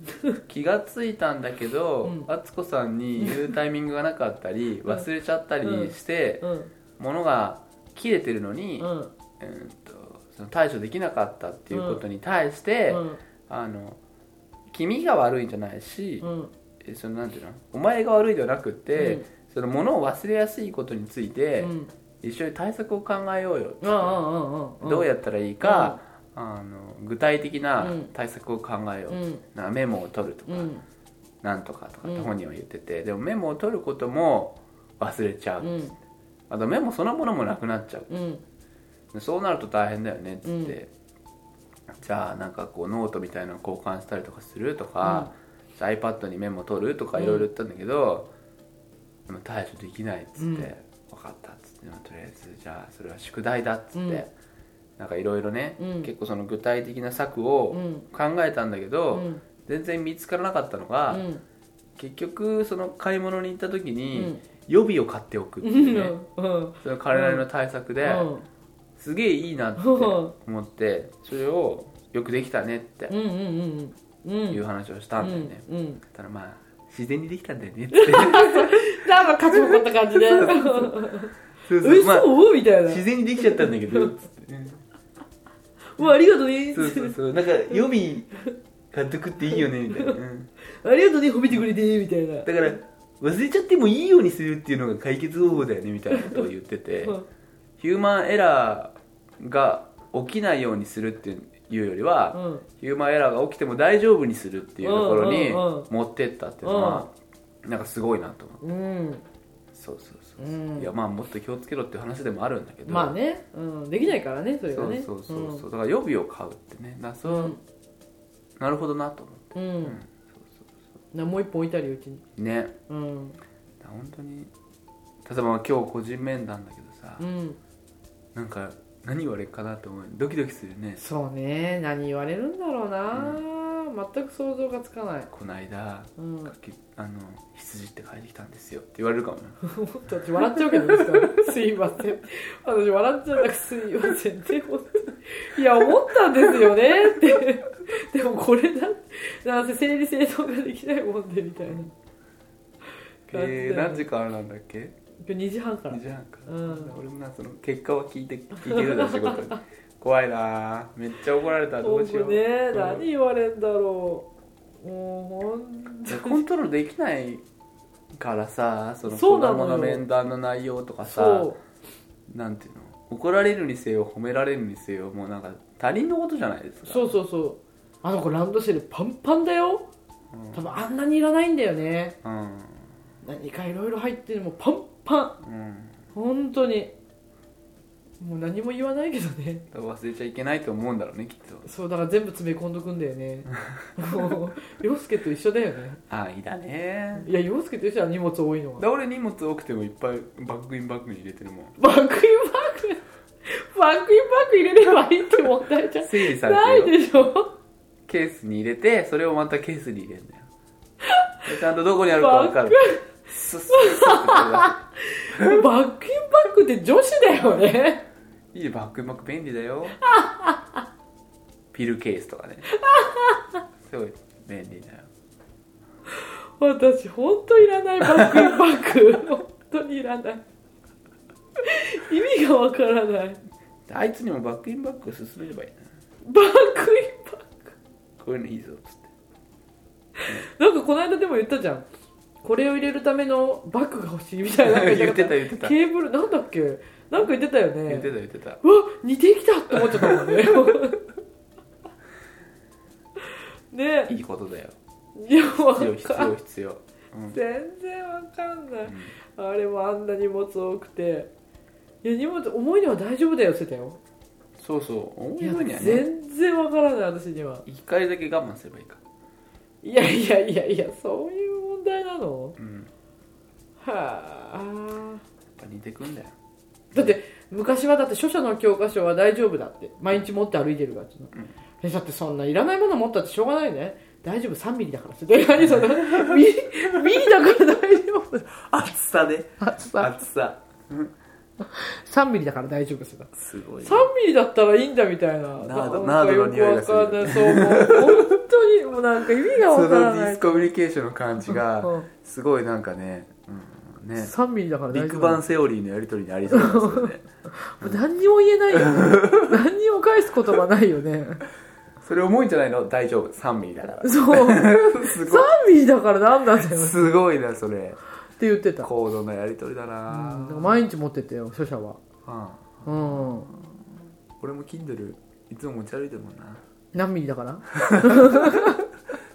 C: 気がついたんだけど
D: うん
C: 敦、子さんに言うタイミングがなかったり
D: ん
C: 忘れちゃったりして、
D: うん
C: 物が切れてるのに、
D: うん
C: うんとその対処できなかったっていうことに対して、
D: うん
C: あの君が悪いんじゃないし、
D: うん
C: えそのなんていうのお前が悪いではなくて、
D: うん
C: その物を忘れやすいことについて、
D: うん
C: 一緒に対策を考えようよって、
D: うんうんうん
C: どうやったらいいか、あの具体的な
D: うん
C: 対策を考えよう、
D: うん
C: なメモを取るとか、
D: うん
C: なんとかとかっ
D: う
C: て
D: ん
C: 本人は言ってて、でもメモを取ることも忘れちゃう、
D: うん
C: あとメモそのものもなくなっちゃう
D: うん
C: でそうなると大変だよねっつって、じゃあなんかこうノートみたいなの交換したりとかするとか、じゃあ iPad にメモ取るとかいろいろ言ったんだけど、でも対処できないっつって、
D: うん
C: 分かったっつってまあとりあえずじゃあそれは宿題だっつって、
D: うん
C: なんかいろいろね、
D: うん
C: 結構その具体的な策を
D: うん
C: 考えたんだけど、
D: うん
C: 全然見つからなかったのが、
D: うん
C: 結局その買い物に行った時
D: う
C: に
D: ん
C: 予備を買っておくって
D: う
C: い
D: ん
C: うね、
D: うん
C: それ彼らの対策で、すげえいいなって思ってそれをよくできたねって
D: うんうんうんうん
C: いう話をしたんだよね、
D: うんうん
C: ただまあ自然にできたんだよねって そ
D: なんか勝ち残った感じで
C: うそう
D: 嘘、
C: まあ
D: みたいな
C: 自然にできちゃったんだけどつってね
D: うわありがとうね
C: そうそうそうなんか予備買っとくっていいよねみたいな、うん
D: ありがとうね褒めてくれてみたいな
C: だから忘れちゃってもいいようにするっていうのが解決方法だよねみたいなことを言ってて
D: うん
C: ヒューマンエラーが起きないようにするっていうよりは、
D: うん
C: ヒューマンエラーが起きても大丈夫にするっていうところに
D: うんうんうん
C: 持ってったっていうのはなんかすごいなと思って
D: うん
C: そうそうそう、
D: うん
C: いやまあもっと気をつけろっていう話でもあるんだけど
D: まあね、うん、できないからねそれ
C: そ
D: が
C: う
D: ね
C: そうそうそう、だから予備を買うってねなそう、
D: うん
C: なるほどなと思って
D: うん、う
C: うん
D: んなもう一本いたりうちに
C: ね
D: うん
C: 本当に例えば今日個人面談だけどさ、
D: うん
C: なんか何言われるかなと思うドキドキするよね
D: そうね何言われるんだろうな、全く想像がつかない
C: こないだ
D: う ん、だ
C: あの羊って書いてきたんですよって言われる かもね
D: って笑っちゃうけどねすいません私笑っちゃうなんかすいませんって本当にいや思ったんですよねってでもこれだなんせ整理整頓ができないもんでみたいな感じだよね
C: えー、何時からなんだっけ
D: 今日2時半から
C: じゃんか、
D: うん
C: 俺もなその結果は聞いて聞けるだ仕事に怖いなぁめっちゃ怒られたどうしよう、
D: 僕ね
C: うん
D: 何言われんだろうもう
C: いやコントロールできないからさその
D: そ
C: 子
D: うなの
C: 供
D: よ
C: の面談の内容とかさ
D: ほんと
C: なんていうの怒られるにせよ褒められるにせよもうなんか他人のことじゃないですか
D: そうそうそうそうあの子ランドセルパンパンだよ
C: うん
D: 多分あんなにいらないんだよね
C: うん
D: 何かいろいろ入ってるもうパンパン
C: うん
D: 本当にもう何も言わないけどね
C: だから忘れちゃいけないと思うんだろうねきっと
D: そうだから全部詰め込んどくんだよねもう陽介と一緒だよね
C: ああいいだね
D: いや陽介と一緒は荷物多いの
C: だ
D: は
C: から俺荷物多くてもいっぱいバッグインバッグに入れてるもん
D: バックインバックバックインバック入れればいいって問題 じゃん
C: 整理されて
D: な
C: るよ
D: いでしょ
C: ケースに入れてそれをまたケースに入れるんだよちゃんとどこにあるか分かるスッスッスッっ
D: バックインバックって女子だよね
C: ていいバックバック便利だよピルケースとかねすごい便利だよ
D: 私本当いらないバックインバック本当にいらない 意味がわからない
C: あいつにもバックインバックを勧めればいいな
D: バックインバック
C: こういうのいいぞっつって
D: なんかこの間でも言ったじゃんこれを入れるためのバッグが欲しいみたいな
C: 言ってた言ってた
D: ケーブルなんだっけなんか言ってたよね
C: 言ってた言ってた
D: うわ似てきたって思っちゃったもん ねね
C: いいことだよ
D: いやわ
C: 必
D: かん
C: 要必要必要、うん
D: 全然わかんない、あれもあんな荷物多くていや荷物重いのは大丈夫だよって言って
C: そうそう思う
D: た
C: よ
D: よ
C: う
D: い
C: に
D: や
C: はね
D: 全然わからない私には
C: 一回だけ我慢すればいいか
D: いやいやいやいやそういう問題なの
C: うんやっ
D: はあ
C: ぱ似てくんだよ
D: だって昔はだって書書の教科書は大丈夫だって毎日持って歩いてるからって、
C: ん
D: えだってそんないらないもの持ったってしょうがないね大丈夫3ミリだからってで 何そのミリミリだから大丈夫
C: 厚さで
D: 厚さ
C: 厚さ
D: 3ミリだから大丈夫ですよ
C: すごい
D: 3ミリだったらいいんだみたいな
C: ナード
D: なんか
C: ナードの匂いがする
D: よくわかんないそうもう本当にもうなんか意味が
C: そ
D: わ
C: のデ
D: からな
C: ィ
D: い
C: スコミュニケーションの感じが
D: うん
C: すごいなんかね,、うん、ね
D: 3ミリだから
C: ビ
D: 大
C: ッ
D: 丈
C: グ
D: 夫
C: バンセオリーのやりとりにありそうなんですよね
D: もう何にも言えないよ ね何にも返す言葉ないよね
C: それ重いんじゃないの大丈夫3ミリだから
D: そう3
C: すごい
D: ミリだからなんだよっ
C: すごいなそれ
D: て言ってた
C: 行動のやりとりだな、
D: うんだから毎日持ってったよ書写は
C: うん
D: うん
C: 俺も Kindle いつも持ち歩いてるもんな
D: 何ミリだから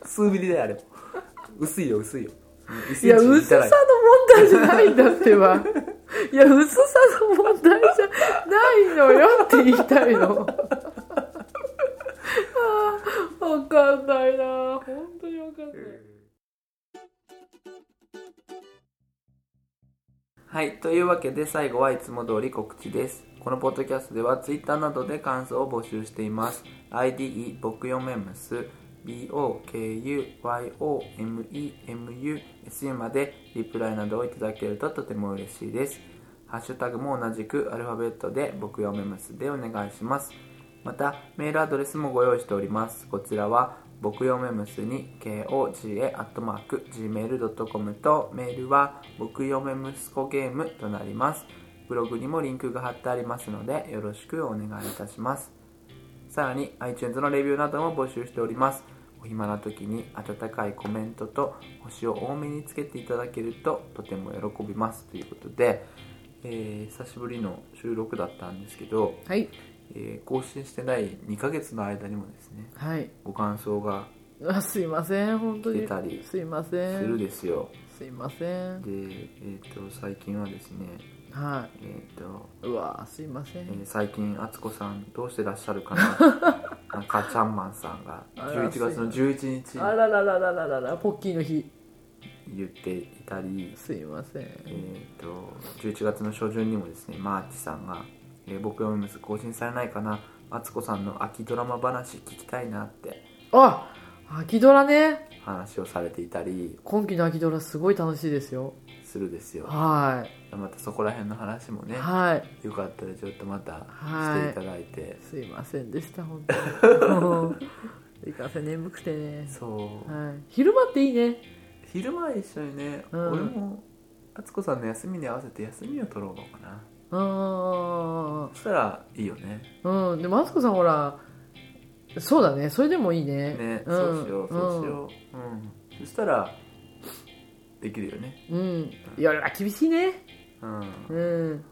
C: 数ミリだよあれも薄いよ薄いようん1
D: いや
C: センチに
D: 薄
C: 至
D: さ
C: ら
D: の
C: な
D: 問題じゃないんだって ばいや薄さの問題じゃないのよって言いたい のあーわかんないな本当にわかんない
C: はい。というわけで、最後はいつも通り告知です。このポッドキャストでは、Twitter などで感想を募集しています。ID、僕よめむす、BOKUYOMEMUSU まで、リプライなどをいただけるととても嬉しいです。ハッシュタグも同じくアルファベットで、僕よめむすでお願いします。またメールアドレスもご用意しておりますこちらは僕よめむすに koga.gmail.com とメールは僕よめむすこゲームとなりますブログにもリンクが貼ってありますのでよろしくお願いいたしますさらに iTunes のレビューなども募集しておりますお暇な時に温かいコメントと星を多めにつけていただけるととても喜びますということで、えー久しぶりの収録だったんですけど
D: はい
C: えー更新してない2ヶ月の間にもですね
D: はい
C: ご感想が
D: あすいません本当
C: 出
D: に
C: たり
D: すいますせ
C: る
D: ん
C: ですよ
D: すいません
C: で、えー、と最近はですね、
D: は
C: えーと
D: いうわすいませ
C: え
D: ん
C: ー最近敦子さんどうしてらっしゃる かななんかちゃんまんさんが
D: あら
C: 11月の11日
D: あらららららららポッキーの日
C: に言っていたり、
D: すいません
C: えー、と11月の初旬にもですねマーチさんが「えー僕読むす更新されないかな敦子さんの秋ドラマ話聞きたいな」って
D: あ秋ドラね
C: 話をされていたり
D: 今期の秋ドラすごい楽しいですよ
C: するですよ
D: は
C: またそこら辺の話も
D: い、
C: ね
D: はい
C: よかったらちょっとまた
D: はい
C: していただいて、
D: すいませんでした本当 にうんいかんせん眠くてね、
C: そう、
D: はい、昼間っていいね
C: 昼間は一緒にね、
D: うん
C: 俺も敦子さんの休みに合わせて休みを取ろうかな
D: うん
C: そしたらいいよね
D: うんでもマツコさんほらそうだねそれでもいいね
C: ね、
D: ん
C: そうしようそうしよう、うんそしたらできるよね
D: うん、うん、いや厳しいね
C: うん、
D: うん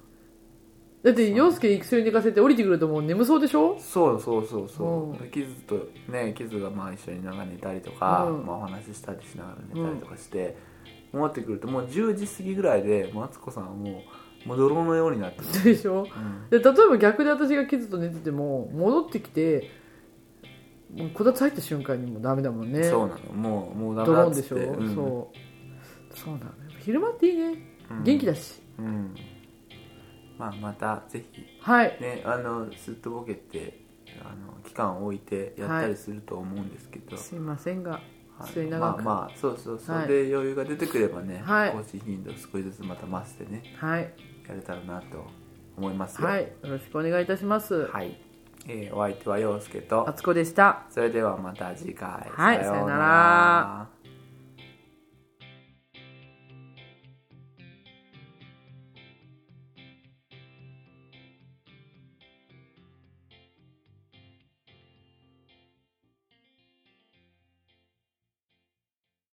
D: だって陽介育成に寝かせて降りてくるともう眠そうでしょ
C: そうそうそうそう、
D: う
C: キズとねキズがまあ一緒に長寝たりとか、
D: うん
C: まあ、お話ししたりしながら寝たりとかして、戻ってくるともう10時過ぎぐらいでもう敦子さんはもうもう泥のようにな ってる、
D: でしょ
C: うん
D: で例えば逆で私がキズと寝てても戻ってきてもうこたつ入った瞬間にもうダメだもんね
C: そうなのもうもうダメ
D: ドロ
C: だ
D: ー
C: っ
D: ン
C: つ
D: で
C: っ
D: してょ、そうそうなのよ昼間っていいね
C: うん
D: 元気だし、
C: うんまあまたぜひ
D: はい
C: ねあのすっとぼけってあの期間を置いてやったりすると思うんですけど、
D: すいませんが
C: あの
D: 末
C: まあ
D: 永く
C: まあそうそうそ
D: はい
C: れで余裕が出てくればね、
D: はい
C: 更新頻度を少しずつまた増してね
D: はい
C: やれたらなと思いますよ
D: はいよろしくお願いいたします
C: はいえーお相手は陽介と
D: あつこでした
C: それではまた次回
D: はいさようなら